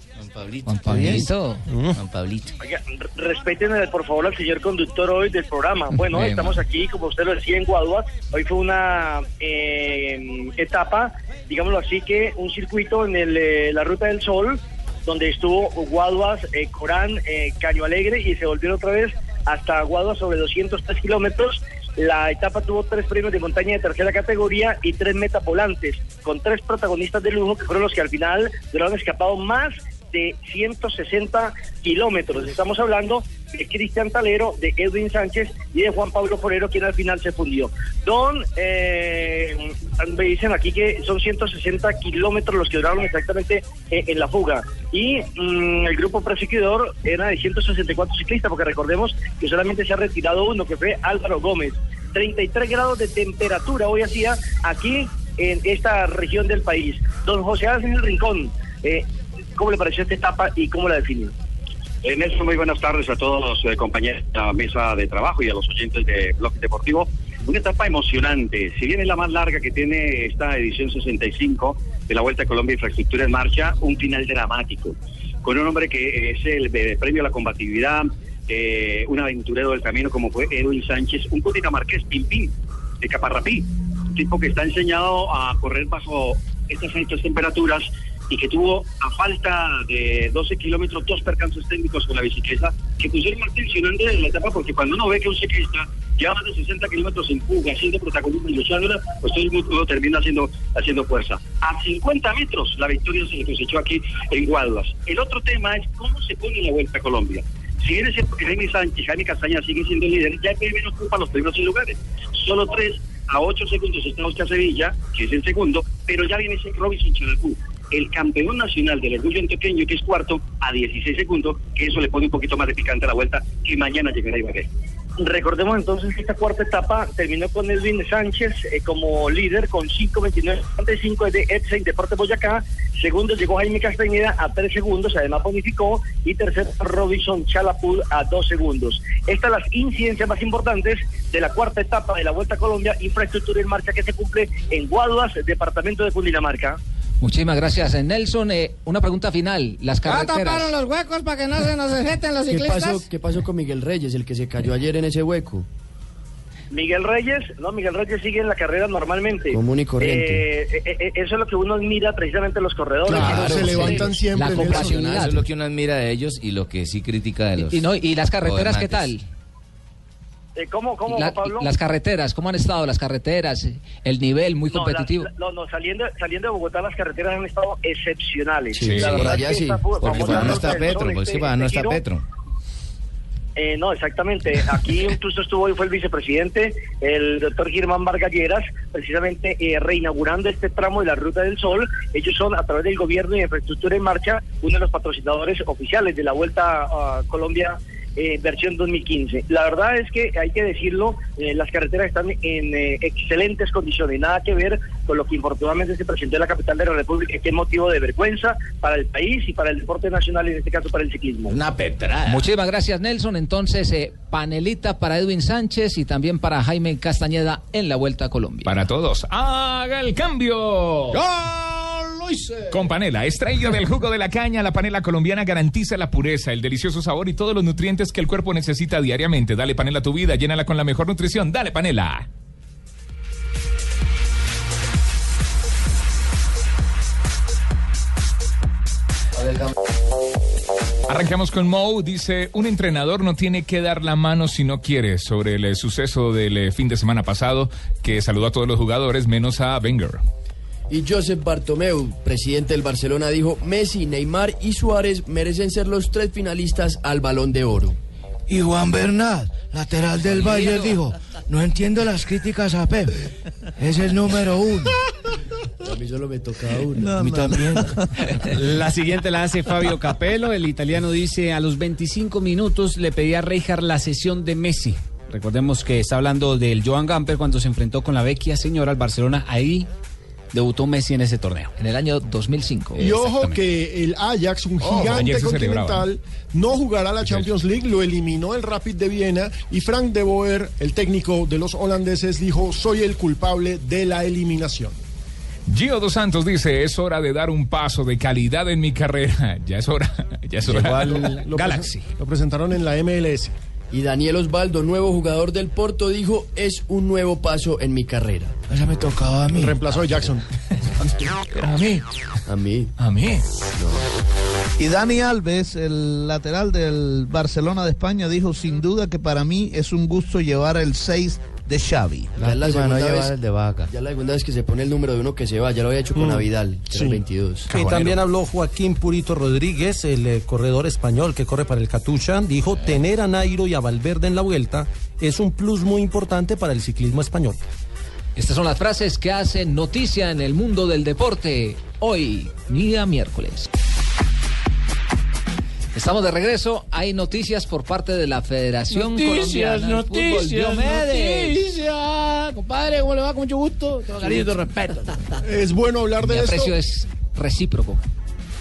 Juan
Pablito.
Mm.
Juan Pablito.
Oiga, r- respeten eh, por favor al señor conductor hoy del programa. Bueno,
Bien,
estamos aquí, como usted lo decía, en Guaduas. Hoy fue una eh, etapa, digámoslo así, que un circuito en el, eh, la Ruta del Sol, donde estuvo Guaduas, eh, Corán, eh, Caño Alegre y se volvió otra vez hasta Guaduas sobre 203 kilómetros. La etapa tuvo tres premios de montaña de tercera categoría y tres metapolantes, con tres protagonistas de lujo que fueron los que al final lograron escapado más de 160 kilómetros. Estamos hablando de Cristian Talero, de Edwin Sánchez y de Juan Pablo Forero, quien al final se fundió. Don, eh, me dicen aquí que son 160 kilómetros los que duraron exactamente eh, en la fuga. Y mm, el grupo perseguidor era de 164 ciclistas, porque recordemos que solamente se ha retirado uno, que fue Álvaro Gómez. 33 grados de temperatura hoy hacía aquí en esta región del país. Don José Ángel Rincón, eh, ¿Cómo le pareció esta etapa y cómo la definió?
Eh, Nelson, muy buenas tardes a todos los eh, compañeros de la mesa de trabajo y a los oyentes de Bloque Deportivo. Una etapa emocionante, si bien es la más larga que tiene esta edición 65 de la Vuelta a Colombia Infraestructura en Marcha, un final dramático, con un hombre que es el eh, premio a la combatividad, eh, un aventurero del camino como fue Edwin Sánchez, un cundinamarqués, Pimpín, de Caparrapí, un tipo que está enseñado a correr bajo estas altas temperaturas y que tuvo a falta de 12 kilómetros dos percances técnicos con la bicicleta que pusieron más tensionante en la etapa porque cuando uno ve que un ciclista lleva más de 60 kilómetros en fuga haciendo protagonismo y luchándola pues todo el mundo termina haciendo, haciendo fuerza a 50 metros la victoria se le cosechó aquí en Guaduas el otro tema es cómo se pone la Vuelta a Colombia si bien ese Jaime Sánchez, Jaime Castaña sigue siendo el líder, ya el primero ocupa los primeros seis lugares. Solo tres a ocho segundos está Oscar Sevilla, que es el segundo, pero ya viene ese Robinson Chalacu, el campeón nacional del orgullo antioqueño, que es cuarto, a 16 segundos, que eso le pone un poquito más de picante a la vuelta, que mañana llegará Ibagué.
Recordemos entonces que esta cuarta etapa terminó con Edwin Sánchez eh, como líder con 5.29.45 de Edson Deportes Boyacá. Segundo llegó Jaime Castañeda a 3 segundos, además bonificó. Y tercero Robinson Chalapud a 2 segundos. Estas las incidencias más importantes de la cuarta etapa de la Vuelta a Colombia, infraestructura en marcha que se cumple en Guaduas, departamento de Cundinamarca.
Muchísimas gracias, eh, Nelson. eh, una pregunta final. Las
Ah,
carreteras.
taparon los huecos para que no se nos ejeten los
¿Qué
ciclistas.
pasó, ¿Qué pasó con Miguel Reyes, el que se cayó ayer en ese hueco?
Miguel Reyes, no, Miguel Reyes sigue en la carrera normalmente.
Común y corriente.
Eh, eh, eh, eso es lo que uno admira precisamente en los corredores. Esos
se
corredores.
La compasión, eso es lo que uno admira de ellos y lo que sí critica de los.
Y, no, y las carreteras, ¿qué tal?
gobernantes.
Eh, ¿Cómo, cómo,
La-
Pablo?
las carreteras, ¿cómo han estado las carreteras? eh? El nivel muy
No, la-
competitivo.
la- no, no, saliendo, saliendo de Bogotá las carreteras han estado excepcionales.
Sí,
La
sí,
verdad
por
que
allá sí,
esta fu-
porque
famosa
por allá no está
ruta del
Petro,
sol,
porque es que
este-
por allá no
este giro,
está Petro.
Eh, no, exactamente. Aquí incluso estuvo hoy fue el vicepresidente, el doctor Germán Vargalleras, precisamente eh, reinaugurando este tramo de la Ruta del Sol. Ellos son, a través del gobierno y de Infraestructura en Marcha, uno de los patrocinadores oficiales de la Vuelta a Colombia. eh, versión 2015. La verdad es que hay que decirlo, eh, las carreteras están en eh, excelentes condiciones, nada que ver con lo que infortunadamente se presentó en la capital de la República, que es motivo de vergüenza para el país y para el deporte nacional, en este caso para el ciclismo.
Una petrada. Muchísimas gracias, Nelson. Entonces, eh, panelita para Edwin Sánchez y también para Jaime Castañeda en la Vuelta a Colombia.
Para todos, haga el cambio. Con panela, extraído del jugo de la caña, la panela colombiana garantiza la pureza, el delicioso sabor y todos los nutrientes que el cuerpo necesita diariamente. Dale panela a tu vida, llénala con la mejor nutrición. Dale panela. Arrancamos con Mo, dice, un entrenador no tiene que dar la mano si no quiere sobre el eh, suceso del eh, fin de semana pasado que saludó a todos los jugadores menos a Wenger.
Y Josep Bartomeu, presidente del Barcelona, dijo, Messi, Neymar y Suárez merecen ser los tres finalistas al balón de oro.
Y Juan Bernat, lateral del Bayern, dijo, no entiendo las críticas a Pep, es el número uno.
A mí solo me toca uno.
a mí también.
La siguiente la hace Fabio Capello. El italiano dice: A los 25 minutos le pedí a Reijar la sesión de Messi. Recordemos que está hablando del Joan Gamper cuando se enfrentó con la vecchia señora al Barcelona. Ahí debutó Messi en ese torneo.
En el año 2005.
Y ojo que el Ajax, un
Oh,
gigante
ayer se celebraba.
continental, no jugará la Champions League, lo eliminó el Rapid de Viena y Frank de Boer, el técnico de los holandeses, dijo, soy el culpable de la eliminación.
Gio dos Santos dice, es hora de dar un paso de calidad en mi carrera. Ya es hora, ya es hora.
Lo presen- Lo presentaron en la MLS.
Y Daniel Osvaldo, nuevo jugador del Porto, dijo, es un nuevo paso en mi carrera.
Esa me tocaba a mí.
Reemplazo de Jackson.
A mí.
A mí.
A mí.
Y Dani Alves, el lateral del Barcelona de España, dijo sin duda que para mí es un gusto llevar el 6 de Xavi.
Ya es la segunda vez-
de vaca.
Ya la segunda vez que se pone el número de uno que se va, ya lo había hecho con
Mm,
Avidal, que era
sí.
el 22.
Y también habló Joaquín Purito Rodríguez, el eh, corredor español que corre para el Catucha. Dijo, tener a Nairo y a Valverde en la vuelta es un plus muy importante para el ciclismo español.
Estas son las frases que hacen noticia en el mundo del deporte hoy, día miércoles. Estamos de regreso. Hay noticias por parte de la Federación
Noticias,
Colombiana de Fútbol.
noticias,
Diomedes.
noticias. Compadre, ¿cómo le va? Con mucho gusto. Todo cariño, respeto.
Es bueno hablar de
Mi
esto.
aprecio
es recíproco.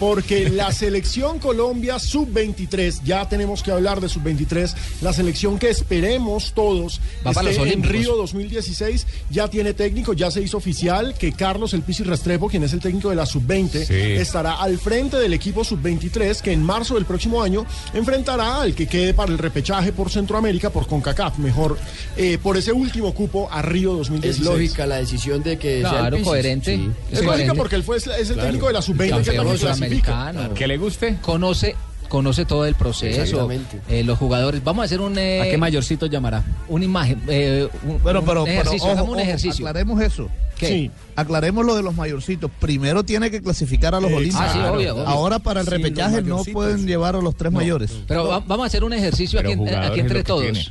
Porque la selección Colombia sub-23, ya tenemos que hablar de sub-23, la selección que esperemos todos
Va para
esté
los
en
Olímpicos.
Río 2016, ya tiene técnico, ya se hizo oficial que Carlos El Pisi Restrepo, quien es el técnico de la sub-20,
Sí.
estará al frente del equipo sub-23 que en marzo del próximo año enfrentará al que quede para el repechaje por Centroamérica, por CONCACAF, mejor, eh, por ese último cupo a Río 2016.
Es lógica la decisión de que sea el
Claro,
Pisis.
coherente.
Sí.
Es Sí. lógica porque él fue- es el técnico de la sub-20 que
Campeón
también clasifica.
suramericano.
Que le guste.
Conoce, conoce todo el proceso.
Exactamente.
eh, los jugadores. Vamos a hacer un. eh,
¿A qué mayorcito llamará?
Una imagen. eh, un,
Bueno,
un
pero, pero
ejercicio,
ojo,
hagamos un
ojo,
ejercicio.
aclaremos eso.
¿Qué?
Sí. Aclaremos lo de los mayorcitos. Primero tiene que clasificar a los
Eh,
Olímpicos.
ah, sí, obvio, obvio.
Ahora para el
Sí,
repechaje
los
no
mayorcitos.
pueden llevar a los tres mayores.
Pero va- vamos a hacer un ejercicio
Pero
aquí, en-
jugadores
aquí
es lo
entre
que
todos.
tiene.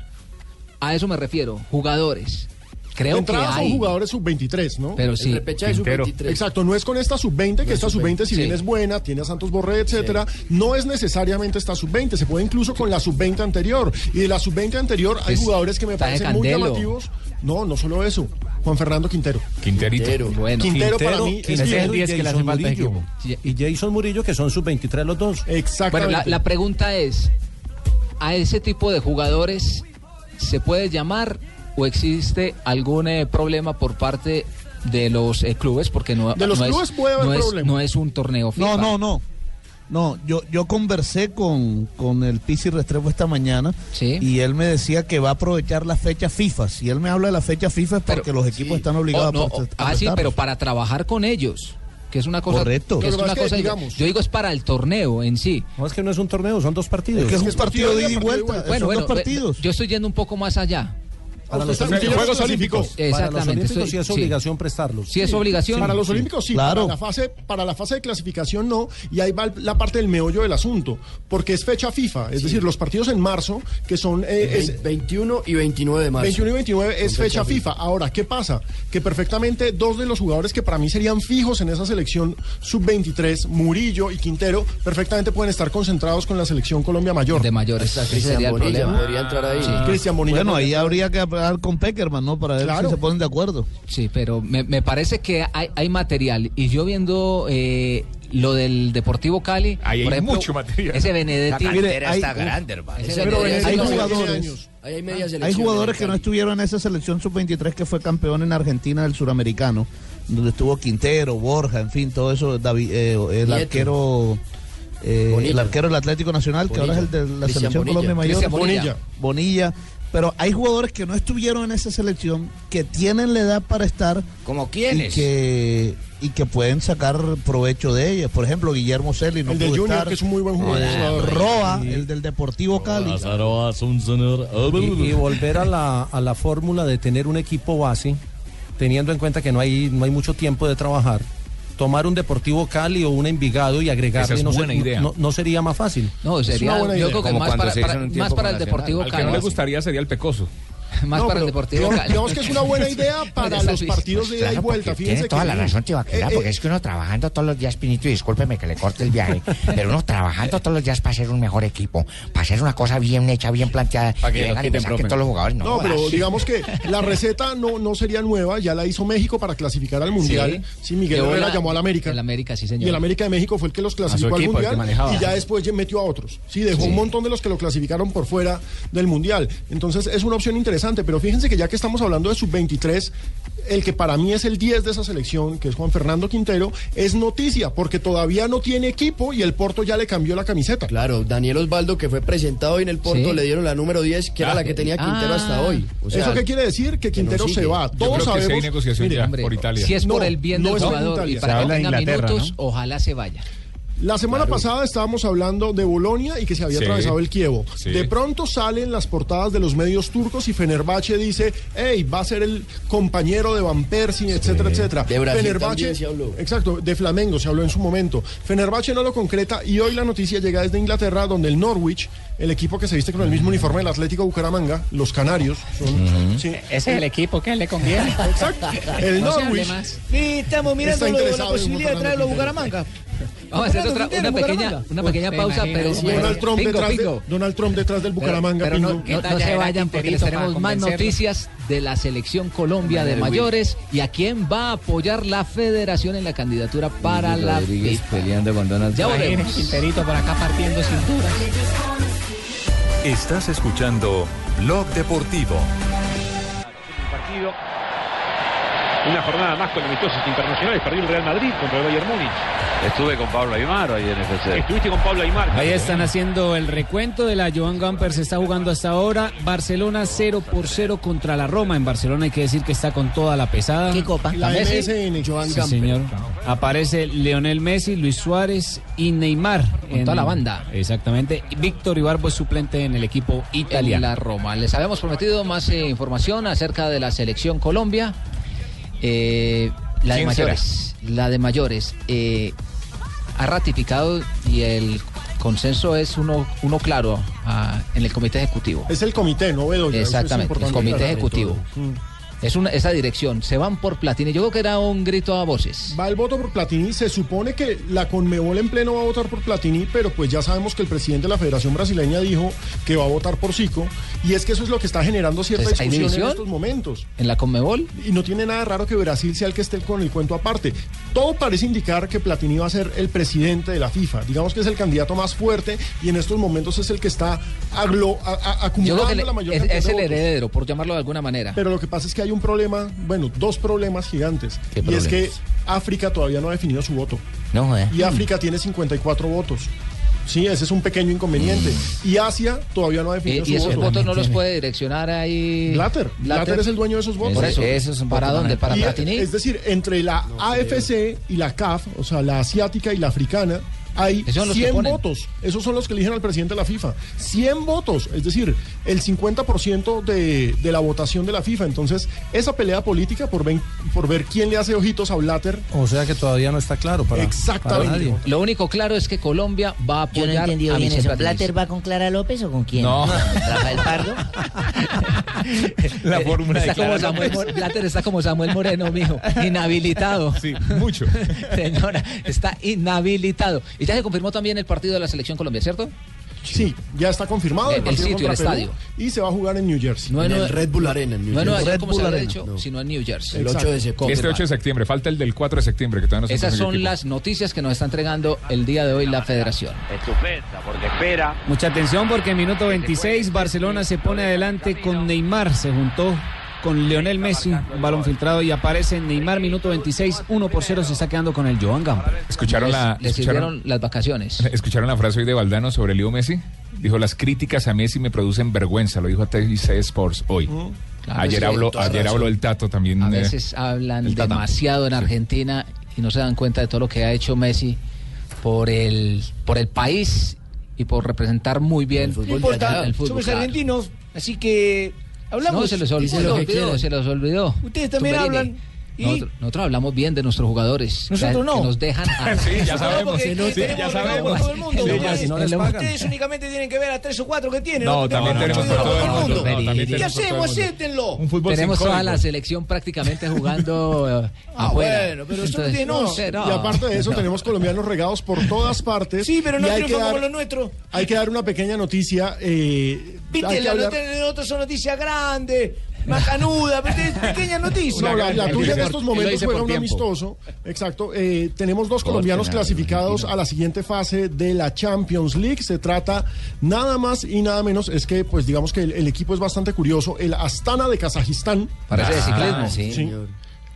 A eso me refiero, jugadores. creo
De entrada
que
son
hay.
jugadores sub-23, ¿no?
Pero sí. El repechaje es Quintero. sub-23.
Exacto, no es con esta sub-20, que esta sub-20 si bien es buena, tiene a Santos Borré, etcétera, no es necesariamente esta sub-20, se puede incluso con la sub-20 anterior. Y de la sub-20 anterior hay
Pues,
jugadores que me
está de
parecen muy
Candelo.
llamativos. No, no solo eso. Juan Fernando Quintero.
Quinterito.
Bueno, Quintero, para mí
Quintero
es
y Jason Murillo. Y Jason Murillo, que son sus 23 los dos.
Bueno,
Exactamente.
la, la pregunta es, ¿a ese tipo de jugadores se puede llamar o existe algún eh, problema por parte de los eh, clubes? Porque no,
De los
no
clubes
es,
puede haber
no es-
problema.
no es un torneo
No,
FIFA.
no, no. No, yo, yo conversé con, con el Pisi Restrepo esta mañana y él me decía que va a aprovechar la fecha FIFA. Si él me habla de la fecha FIFA es porque los equipos están obligados
Oh, no,
a protestar.
ah, sí, pero para trabajar con ellos, que es una cosa...
Correcto.
que es
Pero
una
es que,
cosa,
digamos-
yo digo, es para el torneo en sí.
No, es que no es un torneo, son dos partidos.
Es que es un Es partido partido de ida y vuelta, vuelta,
Bueno,
son
bueno, eh,
dos
ve-
partidos.
yo estoy yendo un poco más allá.
Para los
Usted-
olímpicos.
Juegos Exactamente.
Para los olímpicos sí es
estoy-
obligación prestarlos.
Sí, es obligación.
Para los olímpicos sí,
Claro.
para, la fase, para la fase de clasificación no, y ahí va la parte del meollo del asunto, porque es fecha FIFA, es decir, los partidos en marzo, que son... eh, es-
21 y 29 de marzo.
21 y 29 es
Son
fecha FIFA. Ahora, ¿qué pasa? Que perfectamente dos de los jugadores que para mí serían fijos en esa selección sub-23, Murillo y Quintero, perfectamente pueden estar concentrados con la selección Colombia Mayor. De
mayores.
Está Cristian Sería el Bonilla, problema. podría entrar ahí.
Cristian Bonilla.
Bueno, ahí
podría-
habría que hablar con Peckerman, ¿no? Para ver
Claro.
si se ponen de acuerdo.
Sí, pero me, me parece que hay, hay material. Y yo viendo eh, lo del Deportivo Cali,
Ahí hay
por ejemplo,
mucho material.
Ese Benedetti.
La cantera Mire, está hay- grande,
hermano.
hay jugadores,
Ahí hay media
hay
selección
jugadores
en
que no estuvieron en esa selección sub-23 que fue campeón en Argentina del suramericano, donde estuvo Quintero, Borja, en fin, todo eso, David, eh, el
Nieto.
arquero. eh,
Bonilla.
el arquero del Atlético Nacional, que ahora es el de la
Cristian
selección
Bonilla.
Colombia Mayor,
Cristian Bonilla.
Bonilla. Pero hay jugadores que no estuvieron en esa selección, que tienen la edad para estar.
¿Como
quiénes? Y que, y que pueden sacar provecho de ellas. Por ejemplo, Guillermo Celi no
El del
pudo
Junior,
estar. Eh,
que es un muy buen jugador.
Roa, Ah, el del Deportivo Cali.
Ah. Y, y volver a la, a la fórmula de tener un equipo base, teniendo en cuenta que no hay, no hay mucho tiempo de trabajar, tomar un Deportivo Cali o un Envigado y agregarle,
Esa es
no,
buena
no-
idea.
no- no sería más fácil.
No, sería- yo creo que
Como
más
cuando
para,
se hizo
para-
en un
más
tiempo
para el
con Nacional.
Deportivo
Al que
Cali.
no le gustaría sería el Pecoso.
Más
No,
para el
pero
Deportivo
digamos-
Cali.
digamos que es una buena idea para
Pues,
los partidos de ida y
claro,
vuelta.
porque
Fíjense
Tiene toda
que-
la razón, Tibaquera,
Eh, eh,
porque es que uno trabajando todos los días, Pinito, y discúlpeme que le corte el viaje, pero uno trabajando todos los días para ser un mejor equipo, para hacer una cosa bien hecha, bien planteada,
Para que
y
lo
vengan y
quiten,
me saquen
profe.
todos los jugadores. No,
No, pero
jodas.
digamos que la receta no, no sería nueva, ya la hizo México para clasificar al Mundial. Sí, Miguel
Llevó
Herrera
la-
llamó al América.
El América, sí, señor.
Y el América de México fue el que los clasificó
equipo, el
al
que
Mundial
manejaba.
y ya después ya metió a otros. Sí, dejó un montón de los que lo clasificaron por fuera del Mundial. Entonces es una opción interesante, pero fíjense que ya que estamos hablando de sub-23, el que para mí es el 10 de esa selección, que es Juan Fernando Quintero, es noticia porque todavía no tiene equipo y el Porto ya le cambió la camiseta.
Claro, Daniel Osvaldo, que fue presentado hoy en el Porto,
Sí.
le dieron la número 10, que era la que tenía Quintero hasta hoy. O sea,
¿Eso qué quiere decir? Que
que no
Quintero se
sigue.
va.
Yo
Todos
creo que sí hay
sabemos.
negociación ya por Italia.
Si es por
No,
el bien
no
del
es por
jugador y
Italia.
para
Se
que
habla de
tenga
Inglaterra,
minutos, ojalá se vaya.
La semana pasada estábamos hablando de Bolonia y que se había
Sí.
atravesado el Kievo.
Sí.
De pronto salen las portadas de los medios turcos y Fenerbahce dice, hey, va a ser el compañero de Van Persie, etcétera, etcétera.
De Brasil
Fenerbahce,
también se habló.
exacto, de Flamengo se habló en su momento. Fenerbahce no lo concreta y hoy la noticia llega desde Inglaterra donde el Norwich, el equipo que se viste con el mismo uniforme del Atlético Bucaramanga, los Canarios, son- sí.
Ese es el equipo que le conviene.
Exacto. El
No se
Norwich.
hable más.
Sí,
estamos mirando lo- la posibilidad de traerlo a
Bucaramanga.
Vamos a hacer otra- una pequeña, una
Pues,
pequeña pausa, pero
Donald Trump,
Pingo,
detrás,
Pingo.
De, Donald Trump detrás del Bucaramanga.
Pero no,
Pingo.
no- no se vayan porque les tenemos más noticias de la selección Colombia de
Manuel
mayores y a quién va a apoyar la federación en la candidatura para la
Rodríguez
FIFA.
peleando con Donald
Ya
Trump.
volvemos.
Quinterito por acá partiendo cinturas.
Estás escuchando Blog Deportivo.
partido. Una jornada más con amistosos internacionales. Perdió el Real Madrid contra el Bayern Múnich.
Estuve con Pablo Aymar hoy en FC.
Estuviste con Pablo Aymar. Ahí
Ahí es.
está.
está.
Ahí
Están
haciendo el recuento de la Joan Gamper, se está jugando hasta ahora. Barcelona 0 por 0 contra la Roma. En Barcelona hay que decir que está con toda la pesada. ¿Qué copa?
La MSN. Joan
Sí,
Gamper.
señor. Aparece Leonel Messi, Luis Suárez y Neymar.
Con toda la banda.
Exactamente. Y Víctor Ibarbo es suplente en el equipo italiano.
En la Roma. Les habíamos prometido más eh, información acerca de la selección Colombia. Eh, la, de
¿Quién será?
mayores, la de mayores. eh, ha ratificado y el consenso es uno, uno claro ah, en el comité ejecutivo.
Es el comité, no Bedoya. Eso es
Exactamente, el
importante
comité
aclarar.
ejecutivo.
Mm.
Es una, esa dirección. Se van por Platini. Yo creo que era un grito a voces.
Va el voto por Platini. Se supone que la Conmebol en pleno va a votar por Platini, pero pues ya sabemos que el presidente de la Federación Brasileña dijo que va a votar por Zico. Y es que eso es lo que está generando cierta
Entonces, Pues, ¿hay división?
discusión en estos momentos.
¿En la Conmebol?
Y no tiene nada raro que Brasil sea el que esté con el cuento aparte. Todo parece indicar que Platini va a ser el presidente de la FIFA. Digamos que es el candidato más fuerte y en estos momentos es el que está aglo- a- a-
Yo
acumulando
creo que
la mayor
le- es,
cantidad
es
de
el
votos.
heredero, por llamarlo de alguna manera.
Pero lo que pasa es que hay un problema, bueno, dos problemas gigantes.
¿Qué
y es
problemas? eh.
que África todavía no ha definido su voto.
No, joder.
Y África tiene 54 votos. Sí, ese es un pequeño inconveniente. Y Asia todavía no ha
Mm. Eh, Y,
definido su
y esos
voto.
votos no los puede direccionar ahí.
Blatter. Blatter es el dueño de esos votos.
Por eso. ¿Para dónde? ¿Para
Y,
Platini?
Es decir, entre la AFC y la CAF, o sea, la asiática y la africana, hay
Esos son los que
100
ponen.
votos. Esos son los que eligen al presidente de la FIFA. 100 votos, es decir, el 50% de, de la votación de la FIFA. Entonces, esa pelea política por, ven- por ver quién le hace ojitos a Blatter.
O sea que todavía no está claro para,
Exactamente.
para nadie.
Lo único claro es que Colombia va a
Yo no he
apoyar
entendido
a
bien
Michel
eso.
Platini.
¿Plater va con Clara López o con quién?
No.
Rafael Pardo.
La fórmula de
Está como,
Clara
Samuel,
López.
Mor- Blatter está como Samuel Moreno, mijo. Inhabilitado.
Sí, mucho.
Señora, está inhabilitado. Y ya se confirmó también el partido de la selección Colombia, ¿cierto?
Sí, ya está confirmado.
El- el
partido
sitio,
contra
el
Perú,
estadio.
Y se va a jugar en New Jersey.
No en En el Nueva- Red Bull
Arena, en
No en Nueva York,
Red
como
Bull
se había
Arena,
dicho, sino en New Jersey.
El ocho de septiembre.
Este 8 de septiembre, falta el del 4 de septiembre, que todavía no se
Esas
conoce
son
el
las noticias que nos está entregando el día de hoy la federación.
Estupenda, porque espera.
Mucha atención porque en minuto 26 Barcelona se pone adelante con Neymar, se juntó con Lionel Messi, un balón filtrado y aparece Neymar, minuto 26, 1 por 0 se está quedando con el Joan Gamper.
Escucharon la-
Les
escucharon-
sirvieron las vacaciones.
¿Escucharon la frase hoy de Valdano sobre Leo Messi? Dijo, las críticas a Messi me producen vergüenza, lo dijo a TIC Sports hoy.
Claro,
ayer
sí,
habló,
toda
ayer
razón.
habló el Tato también.
A
eh,
veces hablan
el Tata.
demasiado en Argentina y no se dan cuenta de todo lo que ha hecho Messi por el, por el país y por representar muy bien el
No importa,
el fútbol,
somos
claro.
argentinos, así que hablamos.
No, se les
Dicen lo que
olvidó,
quieran.
se les olvidó.
Ustedes también
Tumberini.
hablan y-
Nosotros, nosotros hablamos bien de nuestros jugadores.
Nosotros
que-
no.
Que nos dejan. a-
Sí, ya sabemos.
porque
Sí,
tenemos
ya
que
sabemos.
ver a Todo el mundo.
Sí, ya,
ustedes,
si no les pagan.
ustedes únicamente tienen que ver a tres o cuatro que tienen.
No, también
tenemos
tenemos
que ver
por todo el mundo. No, también
¿Qué
tenemos por todo el
hacemos?
mundo.
Acéptenlo.
Un fútbol
Tenemos
sin
toda
código.
la selección prácticamente jugando eh,
Ah,
afuera.
bueno, pero eso no
Entonces,
tiene
no,
no.
sé, no.
Y aparte de eso, tenemos colombianos regados por todas partes.
Sí, pero no
Y hay que
triunfan
dar-
como los nuestros.
Hay que dar una pequeña noticia. eh, hay
Viste,
que
la
hablar-
nota de nosotros son noticias grandes, macanudas, pero es pequeña noticia.
No, la, la tuya en
Por-
estos
lo
momentos
hice
juega
por
un
tiempo.
amistoso. Exacto. eh, tenemos dos
Corte,
colombianos
nada,
clasificados a la siguiente fase de la Champions League. Se trata nada más y nada menos. Es que, pues digamos que el, el equipo es bastante curioso. El Astana de Kazajistán.
Parece de ciclismo.
Ah,
Sí.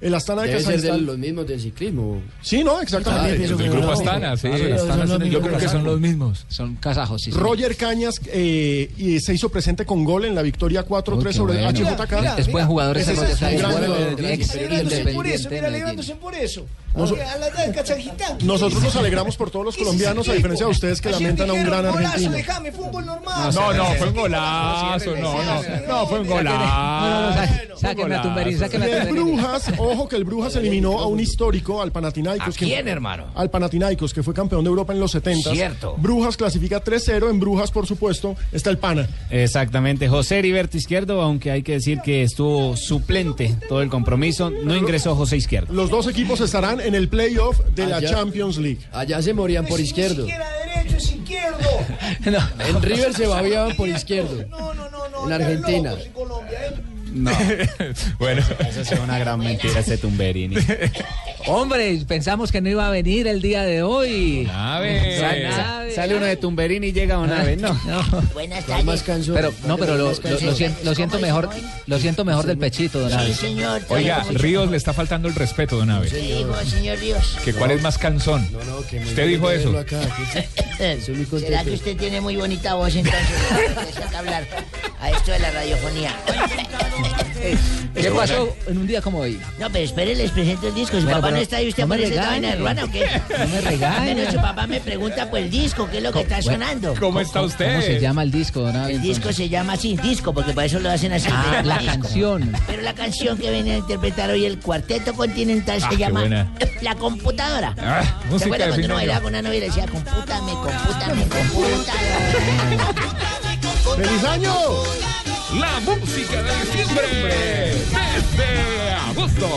El Astana de
Ah, Debe ser de
Kazajistán.
los mismos de ciclismo.
Sí, no,
Ah,
exactamente.
de-
Los del grupo Astana, sí.
Ah, pero son los
Yo creo
mismos
que son
kazajos.
los mismos.
Son kazajos, sí. sí.
Roger Cañas eh, y se hizo presente con gol en la victoria 4-3 sobre
bueno.
HJK.
Es buen jugador ese
Ese
Roger
es un
Cañas.
gran
Bueno,
jugador.
de-
Está alegrándose por eso,
Independiente
mira,
Medellín.
alegrándose por eso.
Noso-
A la edad de Kazajistán.
Nosotros nos alegramos por todos los
Ese es
colombianos, a
el equipo.
diferencia de ustedes que
Ayer
lamentan a un
dijeron,
gran
"Golazo,
argentino.
dejame, fútbol normal.
No, no, fue un golazo. No, no, no, fue un golazo.
Sáquenme a Tumberini,
Y
sáquenme a
el
Tumberini.
Brujas, ojo que el Brujas eliminó a un histórico, al Panathinaikos.
¿A
que-
quién, hermano?
Al Panathinaikos, que fue campeón de Europa en los 70.
Cierto.
Brujas clasifica 3-0. En Brujas, por supuesto, está el Pana.
Exactamente, José Heriberto Izquierdo, aunque hay que decir que estuvo suplente todo el compromiso, no ingresó José Izquierdo.
Los dos equipos estarán en el playoff de la
Allá-
Champions League.
Allá se morían por izquierdo.
derecho, es izquierdo.
En River se babiaban por izquierdo. En Argentina.
No.
bueno,
esa es una gran mentira ese Tumberini.
Hombre, pensamos que no iba a venir el día de hoy.
Nave.
Sal- sal-
Sale uno de Tumberini y llega una vez, no.
Buenas
¿Cuál más
tardes.
canción?
Pero no, pero lo, lo-
¿Cuál más
lo
canción?
siento, lo siento mejor, lo siento mejor del pechito, don
Sí,
Aves.
señor.
Oiga,
Sí,
Ríos le está faltando el respeto, don Ave.
digo, señor Ríos.
Que cuál es más canzón.
No, no, que me
Usted dijo
verlo
eso.
acá, que- Estoy muy
¿Será
contento.
que usted tiene muy bonita voz entonces? Le saca hablar a esto de la radiofonía.
¿Qué pasó en un día como hoy?
No, pero espere, les presento el disco. Su
Bueno,
papá
pero
no está ahí, usted
no me
aparece esta
regañe.
vaina de ruana o qué?
No me regañe.
Bueno, su papá me pregunta por el disco, qué es lo que está sonando.
¿Cómo está
¿Cómo se
usted?
llama el disco, don Aves?
El disco se llama así, disco, porque para eso lo hacen así.
Ah, la
disco.
canción.
Pero la canción que viene a interpretar hoy el Cuarteto Continental
Ah,
se
qué
llama
buena.
La Computadora.
Ah,
¿Se
música
acuerda
de
cuando
fin de
uno bailaba
año.
con una novia y le decía, compútame, compútame, compútame?
¡Feliz año!
la música de diciembre desde agosto.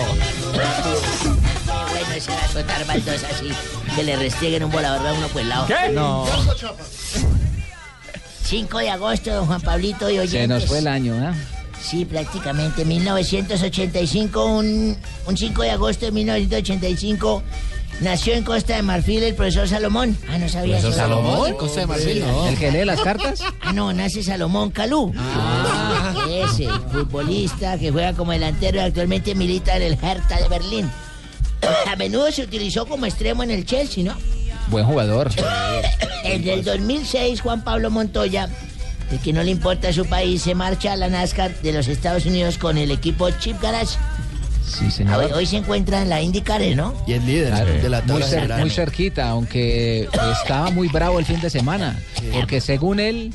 bueno es el azotar baldosas así, que le restrieguen un volador a uno por el lado.
¿Qué? No.
5 de agosto, don Juan Pablito y oyentes.
Se nos fue el año, ¿eh?
Sí, prácticamente. 1985, un, un 5 de agosto de 1985, nació en Costa de Marfil el profesor Salomón. Ah, no sabía.
¿Profesor
eso.
Salomón? Costa de Marfil, no. ¿El que lee las cartas?
Ah, no, nace Salomón Calú. Ah. Ese, futbolista que juega como delantero y actualmente milita en el Hertha de Berlín. A menudo se utilizó como extremo en el Chelsea, ¿no?
Buen jugador.
Desde el 2006, Juan Pablo Montoya, el que no le importa su país, se marcha a la NASCAR de los Estados Unidos con el equipo Chip Garage.
Sí,
Ah,
señor.
Hoy, hoy se encuentra en la IndyCar, ¿eh, ¿no?
Y es líder
Claro,
de la
muy,
tabla
cer-
general.
muy cerquita, aunque estaba muy bravo el fin de semana, porque según él,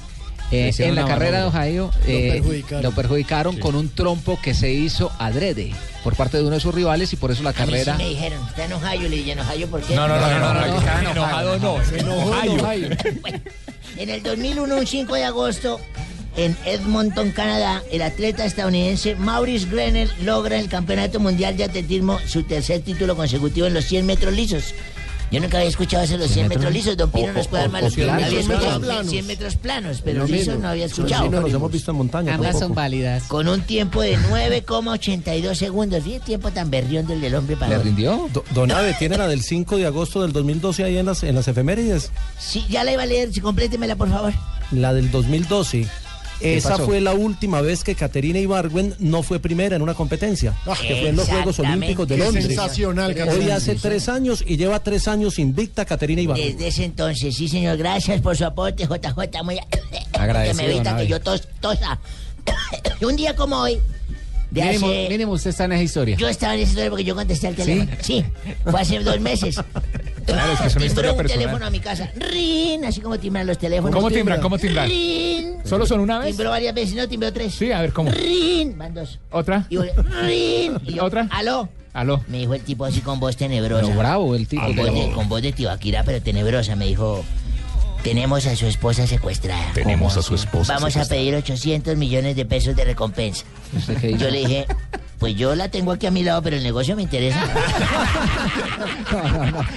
eh,
Le hicieron
en la
una
carrera de
manobra.
Ohio
Lo
eh,
perjudicaron.
lo perjudicaron
Sí.
con un trompo que se hizo adrede por parte de uno de sus rivales y por eso la
A mí sí
carrera...
me dijeron, está en Ohio, le dije, ¿en Ohio por qué?
enojado no.
En el 2001, un 5 de agosto, en Edmonton, Canadá, el atleta estadounidense Maurice Grenell logra en el Campeonato Mundial de Atletismo su tercer título consecutivo en los 100 metros lisos. Yo nunca había escuchado hacer los 100 metros lisos. Don Pino nos puede dar más los
o
Había
planos.
escuchado
Planos.
100 metros planos,
Lo
pero lisos
mismo.
no había
Sí,
escuchado.
no, los hemos visto en montaña. tampoco.
válidas. Con un tiempo de 9,82 segundos. Bien, tiempo tan berrión del del hombre para
¿Le
hoy.
rindió? Do- don Ave, ¿tiene la del 5 de agosto del 2012 ahí en las, en las efemérides?
Sí, ya la iba a leer. sí, Complétemela, por favor.
La del 2012.
¿Qué
Esa
pasó?
fue la última vez que Caterina Ibargüen no fue primera en una competencia, que fue en los Juegos
Exactamente.
Olímpicos de
Qué
Londres.
sensacional,
Hoy
Caterina.
hace tres años y lleva tres años invicta Caterina Ibargüen.
Desde ese entonces, sí, señor. Gracias por su aporte, JJ. Muy
Agradecido,
Que me evita
don
que
Abe.
yo tos- tosa. Un día como hoy, de
Mínimo,
hace-
mínimo usted está en esa historia.
Yo estaba en ese teléfono porque yo contesté al teléfono. Sí, fue hace dos meses.
Claro, es que es
Timbró
una historia
un teléfono a
personal.
mi casa. ¡Rin! Así como timbran los teléfonos.
¿Cómo timbran? ¿Cómo timbran?
¡Rin!
¿Solo son una vez?
Timbró varias veces, no, timbró tres.
Sí, a ver cómo.
¡Rin! Van dos.
¿Otra?
Y volvió, ¡Rin! Y yo,
¿Otra?
¿Aló?
Aló.
Me dijo el tipo así con voz tenebrosa.
Pero bravo el tipo.
Con voz, de, con voz de Tibaquirá, pero tenebrosa. Me dijo, tenemos a su esposa secuestrada.
Tenemos a su esposa.
Vamos a pedir 800 millones de pesos de recompensa. Yo le dije, pues yo la tengo aquí a mi lado, pero el negocio me interesa.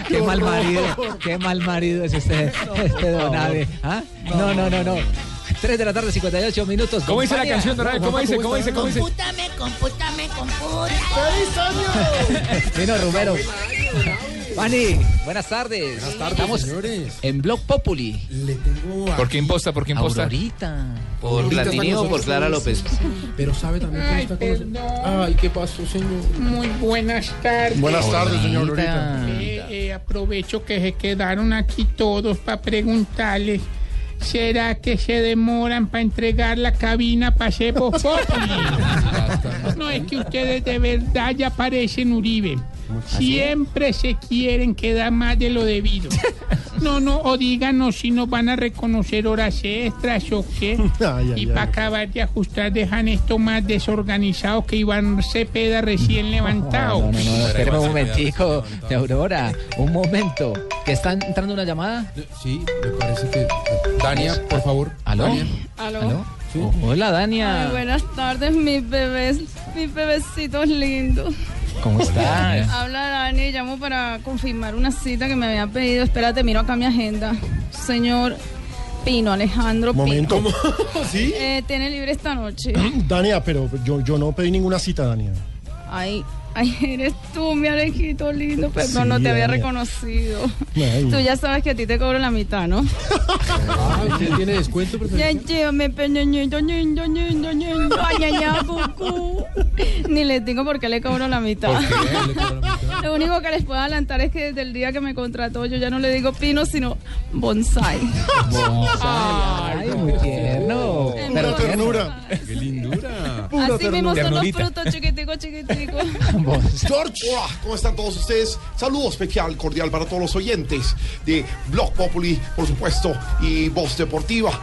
Qué mal marido, qué mal marido es este, este don Abe. ¿Ah? No, no, no, no. 3 de la tarde, 58 minutos.
¿Cómo dice la
Compañía.
canción, don Abe? ¿Cómo dice? ¿Cómo dice? ¿Cómo dice?
Compútame, compútame, compútame.
¡Feliz año!
Vino Romero. Mani, buenas tardes. Buenas tardes, Estamos en Blog Populi.
Le tengo
¿Por qué imposta? ¿Por qué imposta?
Aurorita.
¿Por
Ahorita
Platineo o
está con
por Clara
nosotros.
López?
Pero sabe también
Ay,
que está con
perdón.
Ay, ¿qué pasó, señor?
Muy buenas tardes.
Buenas tardes, señor Lorita.
Eh, eh, aprovecho que se quedaron aquí todos para preguntarles. ¿Será que se demoran para entregar la cabina para Cepo No, es que ustedes de verdad ya parecen Uribe.
¿Ah,
Siempre se quieren quedar más de lo debido. No, no, o díganos si nos van a reconocer horas extras o qué.
ay,
y para
ay.
acabar de ajustar, dejan esto más desorganizado que Iván Cepeda recién levantado.
No, no, no, espera un momentico, de Aurora, un momento. ¿Que está entrando una llamada?
Sí, me parece que. Dania, por favor.
¿Aló?
Dania.
Aló.
O- Hola,
Ay,
Dania.
buenas tardes, mis bebés, mis bebecitos lindos.
¿Cómo estás?
Habla Dani, llamo para confirmar una cita que me habían pedido. Espérate, miro acá mi agenda. Señor Pino, Alejandro
Momento.
¿Ah,
Pino. Eh, tiene libre esta noche.
Dania, pero yo, yo no pedí ninguna cita, Dania.
Ay, ay, eres tú, mi Alejito lindo. Perdón,
Sí,
no te había
Dani.
reconocido.
Ay.
Tú ya sabes que a ti te cobro la mitad, ¿no?
Ay, ¿usted tiene descuento?
Ya llévame, peñeñito, ñeño, ñeño, ñeño, ay, ay, ay, cucú. Ni les digo por qué le cobro la mitad. Lo único que les puedo adelantar es que desde el día que me contrató yo ya no le digo pino, sino bonsai.
Ay, muy tierno.
Pura
Pero tierno.
¡Qué lindura!
Así mismo son los
Ternurita.
frutos chiquiticos, chiquiticos.
George, Hola, ¿cómo están todos ustedes? Saludo especial, cordial para todos los oyentes de Blog Populi, por supuesto, y Voz Deportiva.